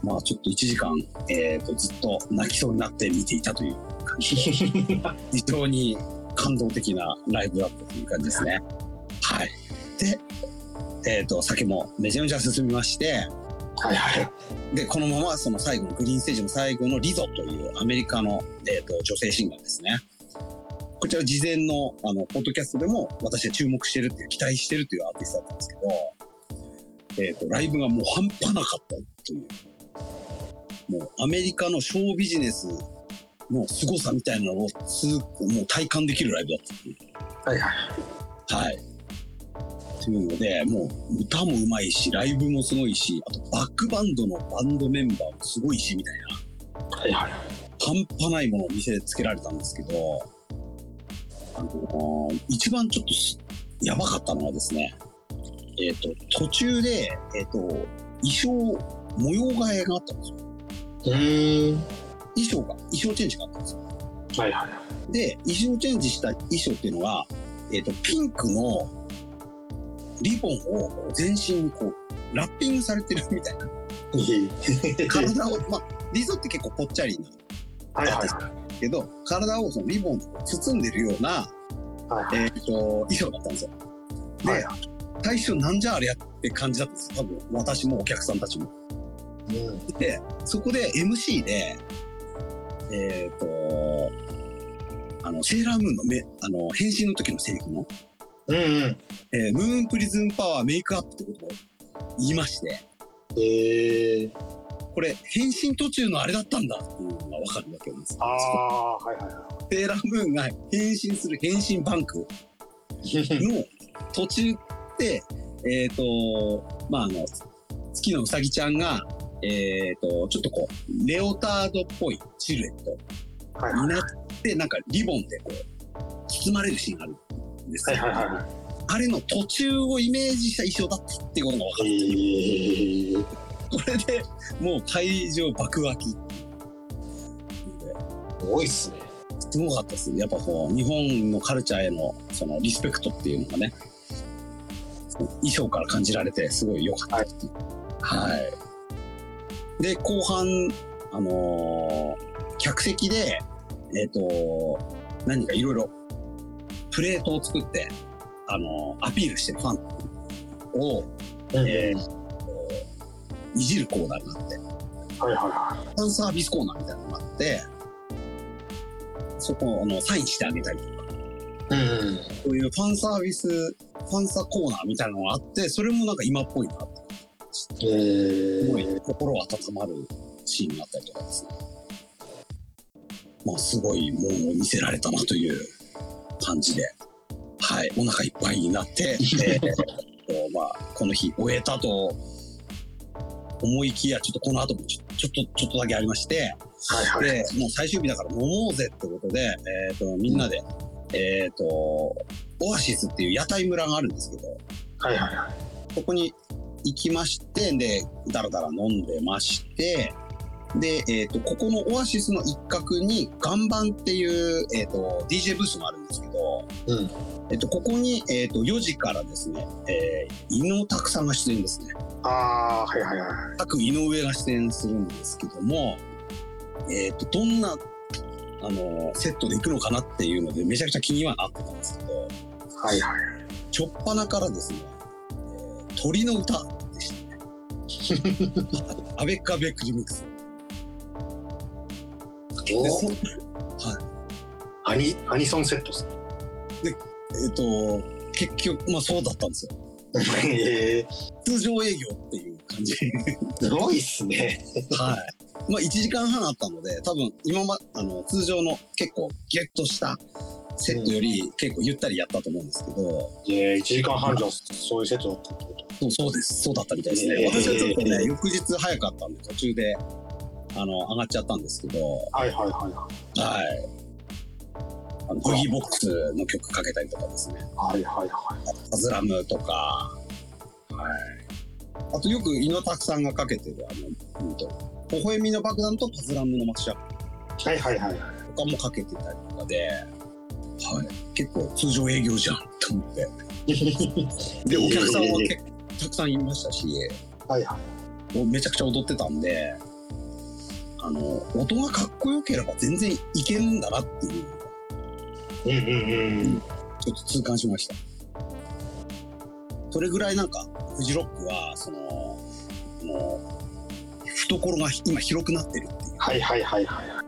S1: まあちょっと1時間、えっ、と、ずっと泣きそうになって見ていたという感じで。非常に感動的なライブだったという感じですね。はい。で、えっ、と、酒もめちゃめちゃ進みまして、
S2: い。はいはい。
S1: で、このままその最後のグリーンステージの最後のリゾというアメリカの、えー、と女性シンガーですね。こちら事前のあのポッドキャストでも私は注目してるっていう、期待してるというアーティストだったんですけど、えっ、と、ライブがもう半端なかったという、もうアメリカのショービジネスの凄さみたいなのをすもう体感できるライブだったという
S2: はいはい。
S1: はい。というので、もう歌もうまいし、ライブもすごいし、あとバックバンドのバンドメンバーもすごいし、みたいな、
S2: はいはい。
S1: 半端ないものを見せつけられたんですけど、あのー一番ちょっとすやばかったのはですね、えっ、と、途中で、えっ、と、衣装、模様替えがあったんですよ。
S2: うーん。
S1: 衣装が、衣装チェンジがあったんですよ。
S2: はいはい。
S1: で、衣装チェンジした衣装っていうのが、えっ、と、ピンクのリボンを全身にこう、ラッピングされてるみたいな。
S2: いい。
S1: 体を、まあ、リゾって結構ぽっちゃりなんで
S2: はいはい。
S1: すけど、体をそのリボンで包んでるような、
S2: はいはい。
S1: えっ、と、衣装だったんですよ。で、
S2: はい
S1: 最初なんじゃあれやって感じだったんですよ。多分、私もお客さんたちも。
S2: ううん。
S1: で、そこで MC で、えっ、と、あの、セーラームーンのめ、あの、変身の時のセリフの、
S2: うんうん。
S1: えームーンプリズンパワーメイクアップってことを言いまして、
S2: えー、
S1: これ、変身途中のあれだったんだっていうのがわかるわけなんですよ
S2: ああ、はいはいは
S1: セーラームーンが変身する変身バンク
S2: い。
S1: の途中で、えっ、と、まあ、あの、月のうさぎちゃんが、えっ、と、ちょっとこう、レオタードっぽいシルエット
S2: はい
S1: に
S2: はい
S1: なって、なんかリボンでこう、包まれるシーンがあるんです
S2: は
S1: よ
S2: いはいは
S1: あれの途中をイメージした衣装だったっていうことが分か
S2: い。えー、
S1: る。これでもう会場爆沸き。
S2: すごいっすね。
S1: すごかったです。やっぱこう、日本のカルチャーへの、その、リスペクトっていうのがね、衣装から感じられて、すごい良かったです、はい。で、後半、あのー客席で、えっ、と、何かいろいろ、プレートを作って、あのーアピールしてるファンを、
S2: うん
S1: えーいじるコーナーがあって、
S2: はいはいは
S1: ファンサービスコーナーみたいなのがあって、そこをあのサインしてあげたりとか、
S2: い。うんうん。
S1: そういうファンサービス、ファンサーコーナーみたいなのがあって、それもなんか今っぽいなって、
S2: えー、
S1: すごい心温まるシーンがあったりとかですね。まあ、すごいものを見せられたなという感じで、はい、お腹いっぱいになって、 えーとまあ、この日終えたと思いきや、ちょっとこの後もちょちょっと、ちょっとだけありまして、
S2: はいはい。
S1: で、もう最終日だから飲もうぜってことで、えっ、と、みんなで、えっ、と、オアシスっていう屋台村があるんですけど、
S2: はいはいはい。
S1: そこに行きまして、で、だらだら飲んでまして、で、えっ、と、ここのオアシスの一角に、岩盤っていう、えっ、と、DJ ブースがあるんですけど、
S2: うん
S1: えっ、と、ここに、えっ、と、4時からですね、えー、井野拓さんが出演ですね。
S2: ああー、はいはいはい。
S1: 各井上が出演するんですけども、えっとどんなあのセットで行くのかなっていうのでめちゃくちゃ気にはなってたんですけど
S2: はいはい。
S1: 初っ端からですね「えー鳥の歌」でしたね。 アベッカ・ベックリミックス。で
S2: お
S1: そ
S2: ーアニアニソンセットっす
S1: えっと結局、まあそうだったんですよ。
S2: ね。えー、
S1: 通常営業っていう感じ。
S2: すごいっすね。
S1: はい。まあ、1時間半あったので、多分今ま、あの、通常の結構ギュッとしたセットより結構ゆったりやったと思うんですけど、
S2: えー、1時間半じゃそういうセットだったってこと
S1: そうそうです。そうだったみたいですね。
S2: えー
S1: 私はちょっとね、翌日早かったんで、途中で、あの、上がっちゃったんですけど、はい。
S2: はいはいはいは
S1: あの、ブギーボックスの曲かけたりとかですね。
S2: い。はいはいは
S1: アズラムとか、はい。あとよく井野拓さんがかけてる、あの、うんと、微笑みの爆弾とパズラムのマッシュアップ
S2: い。はいはいはい。
S1: とかもかけてたりとかで、はい、結構通常営業じゃんと思 って。で、お客さんは結構たくさんいましたし、
S2: はいは
S1: もうめちゃくちゃ踊ってたんで、あの、音がかっこよければ全然いけるんだなっていうのが
S2: い。うんうんうん。
S1: ちょっと痛感しました。それぐらいなんか、フジロックは、その、もう、懐が今広くなってるっていう。
S2: はいはいはいはいは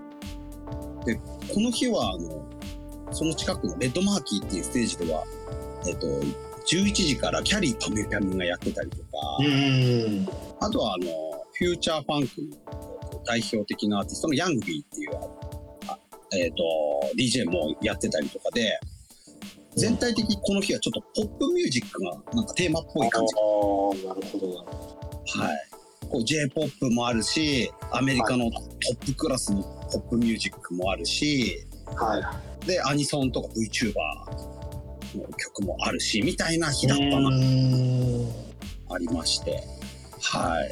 S2: い。
S1: この日は、あの、その近くのレッドマーキーっていうステージでは、えっと、11時からキャリーパムパムがやってたりとか、
S2: うんうん。
S1: あとはあの、フューチャーファンクの代表的なアーティストのヤングビーっていう、あえっ、と、DJ もやってたりとかで、全体的にこの日はちょっとポップミュージックがなんかテーマっぽい感じ。
S2: ああ、なるほどな。
S1: はい。こう J-POP もあるし、アメリカのトップクラスのポップミュージックもあるし、
S2: はい。
S1: で、アニソンとか VTuber の曲もあるし、みたいな日だった
S2: う
S1: な、
S2: ん
S1: ありまして、はい。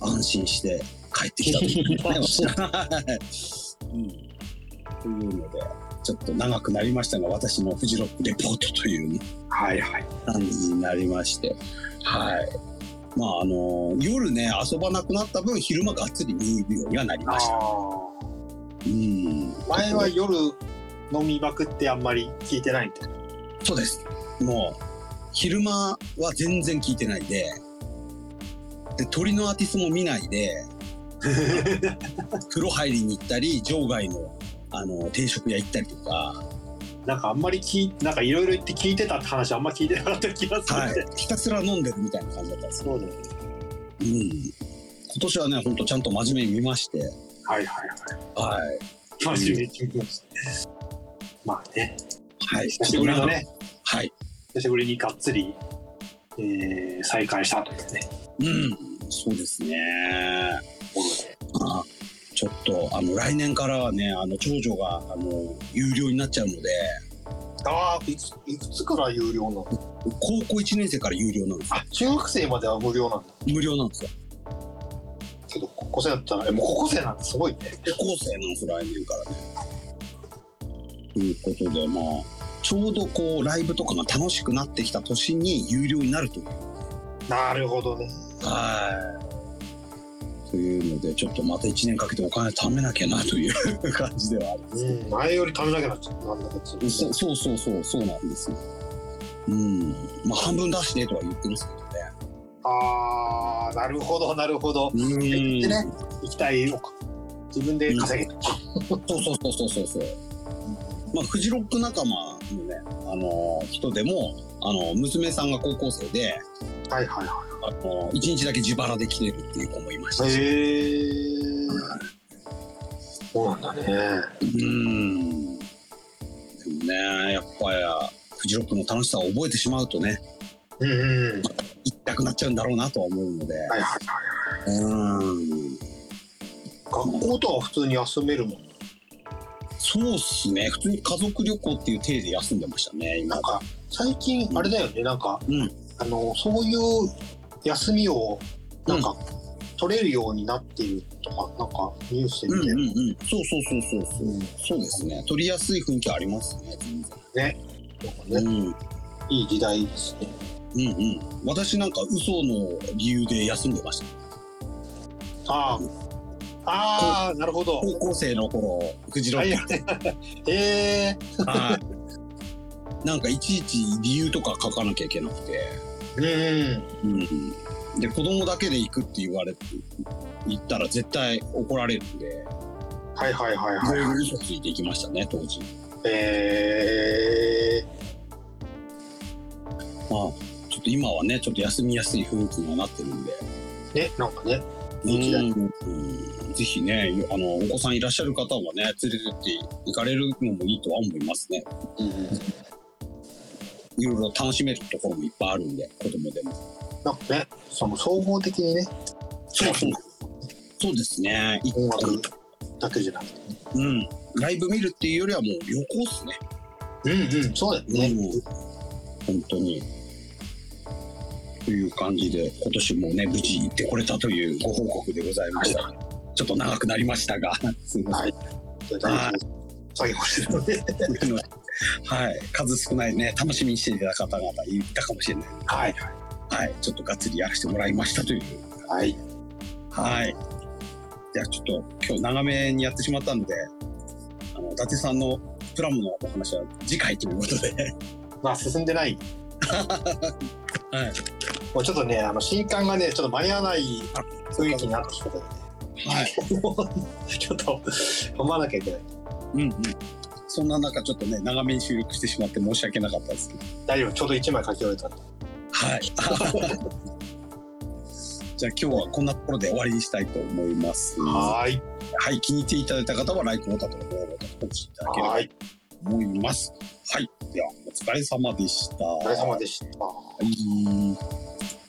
S1: 安心して帰ってきたと いうねはいうん。というので、ちょっと長くなりましたが、私のフジロックレポートというね
S2: はいはい。
S1: 感じになりまして、はい。まあ、あの、夜ね、遊ばなくなった分、昼間がっつり見るようにはなり
S2: あ
S1: ました。
S2: あ。
S1: うん。
S2: 前は夜飲みまくってあんまり聞いてないみたいな。
S1: そうです。もう、昼 間は全然聞いてないで、で、鳥のアーティストも見ないで、風呂入りに行ったり、場外の、あの、定食屋行ったりとか、
S2: なんかあんまり聞いなんかいろいろ言って聞いてたって話あんま聞いてなかった気がするん
S1: は
S2: で、
S1: い。ひたすら飲んでるみたいな感じだったんですよ。
S2: そうだよね
S1: うん。今年はね、ほんとちゃんと真面目に見まして、
S2: はいはいはい
S1: はい。
S2: 楽しみに聞きましたまあね
S1: はい。
S2: 久しぶりのね
S1: はい。
S2: 久しぶりにがっつり、えー、再開したとですね
S1: うん、そうですね。あちょっとあの来年からはね、あの長女があの有料になっちゃうので、
S2: ああいついくつから有料なの
S1: 高校1年生から有料なんですよ。
S2: あ中学生までは無料なんだ
S1: 無料なんですよ。
S2: けど高校生だったらえもう高校生なんてすごいね
S1: 高校生なんですよ、来年からね。ということで、まあ、ちょうどこう、ライブとかが楽しくなってきた年に有料になるという。
S2: なるほどね
S1: はい。というので、ちょっとまた1年かけてお金貯めなきゃなという感じではあるんですけど
S2: うん前より食べなきゃなっちゃったなんだかつ
S1: そそうそうそうそうなんですよ。うん、まあ半分出してとは言ってます
S2: ああなるほどなるほど
S1: けどね。
S2: でね行きたいのか自分で稼げとか、
S1: そうそうそうそうそうそう。まあフジロック仲間のねあのー人でもあの娘さんが高校生で
S2: はいはいは
S1: あの一日だけ自腹で来てるっていう子もいました
S2: い
S1: し。
S2: へえそうなんだね
S1: うん。でもねやっぱりフジロックの楽しさを覚えてしまうとね
S2: うんうんう
S1: 行
S2: ん
S1: きたくなっちゃうんだろうなとは思うので。
S2: はいはいはいはい
S1: うん。
S2: 学校とは普通に休めるもん
S1: そうっすね。普通に家族旅行っていう体で休んでましたね、今
S2: なん。か最近あれだよねなんか、
S1: うん
S2: あのそういう休みをなんか、取れるようになっているとかなんかニュースで
S1: うん
S2: 見て
S1: うん
S2: る、
S1: うん。そうそうそうそうそう。
S2: うん
S1: そうですね。取りやすい雰囲気ありますね、全
S2: なんかね
S1: 然。うん。
S2: いい時代ですね
S1: うんうん。私なんか嘘の理由で休んでました。
S2: ああああなるほど
S1: 高校生の頃、フジロ
S2: はい
S1: ッ
S2: はいえ
S1: ク。はいなんかいちいち理由とか書かなきゃいけなくて。
S2: えー、
S1: うん。で、子供だけで行くって言われて、行ったら絶対怒られるんで、
S2: うんはいはいはい
S1: い
S2: はい
S1: ろいろ嘘ついていきましたね、当時。
S2: え
S1: まあ、ちょっと今はね、ちょっと休みやすい雰囲気にはなってるんで、
S2: ー、ねなんかねいい時代
S1: うん、ぜひね、あの、お子さんいらっしゃる方はね、連れてって行かれるのもいいとは思いますね。
S2: うんうん
S1: いろいろ楽しめるところもいっぱいあるんで、子供でも。
S2: なんかねその総合的にね
S1: そうそう。そうですね。一
S2: 音楽
S1: 個
S2: だけじゃなくて
S1: うん。ライブ見るっていうよりはもう旅行っすね。
S2: うんうんそうだよね、
S1: うん本当に。という感じで、今年もね、無事行ってこれたというご報告でございました。ちょっと長くなりましたが、 すいません。
S2: 大丈夫作業してるので。
S1: はい、数少ないね、楽しみにしていた方々いたかもしれない。
S2: はい。
S1: はい、ちょっとがっつりやらせてもらいましたという。
S2: はい。
S1: はい。じゃあちょっと今日長めにやってしまったので、あの、伊達さんのプラモのお話は次回ということで。
S2: まあ、進んで ない。
S1: はい。
S2: もうちょっとね、あの、新刊がね、ちょっと間に合わない雰囲気になってきたので、
S1: はい。
S2: ちょっと、読まなきゃいけない。
S1: うんうん。そんな中ちょっとね、長めに収録してしまって申し訳なかったですけど。
S2: 大丈夫、ちょうど1枚書き終えたんで。
S1: はい。 じゃあ今日はこんなところで終わりにしたいと思います。は
S2: ーい。
S1: い。気に入っていただいた方は、ライクボタンとかフォローボタンポチいただければ
S2: はーい。
S1: 思います。はい。では、お疲れ様でした。
S2: お疲れ様でした。
S1: はい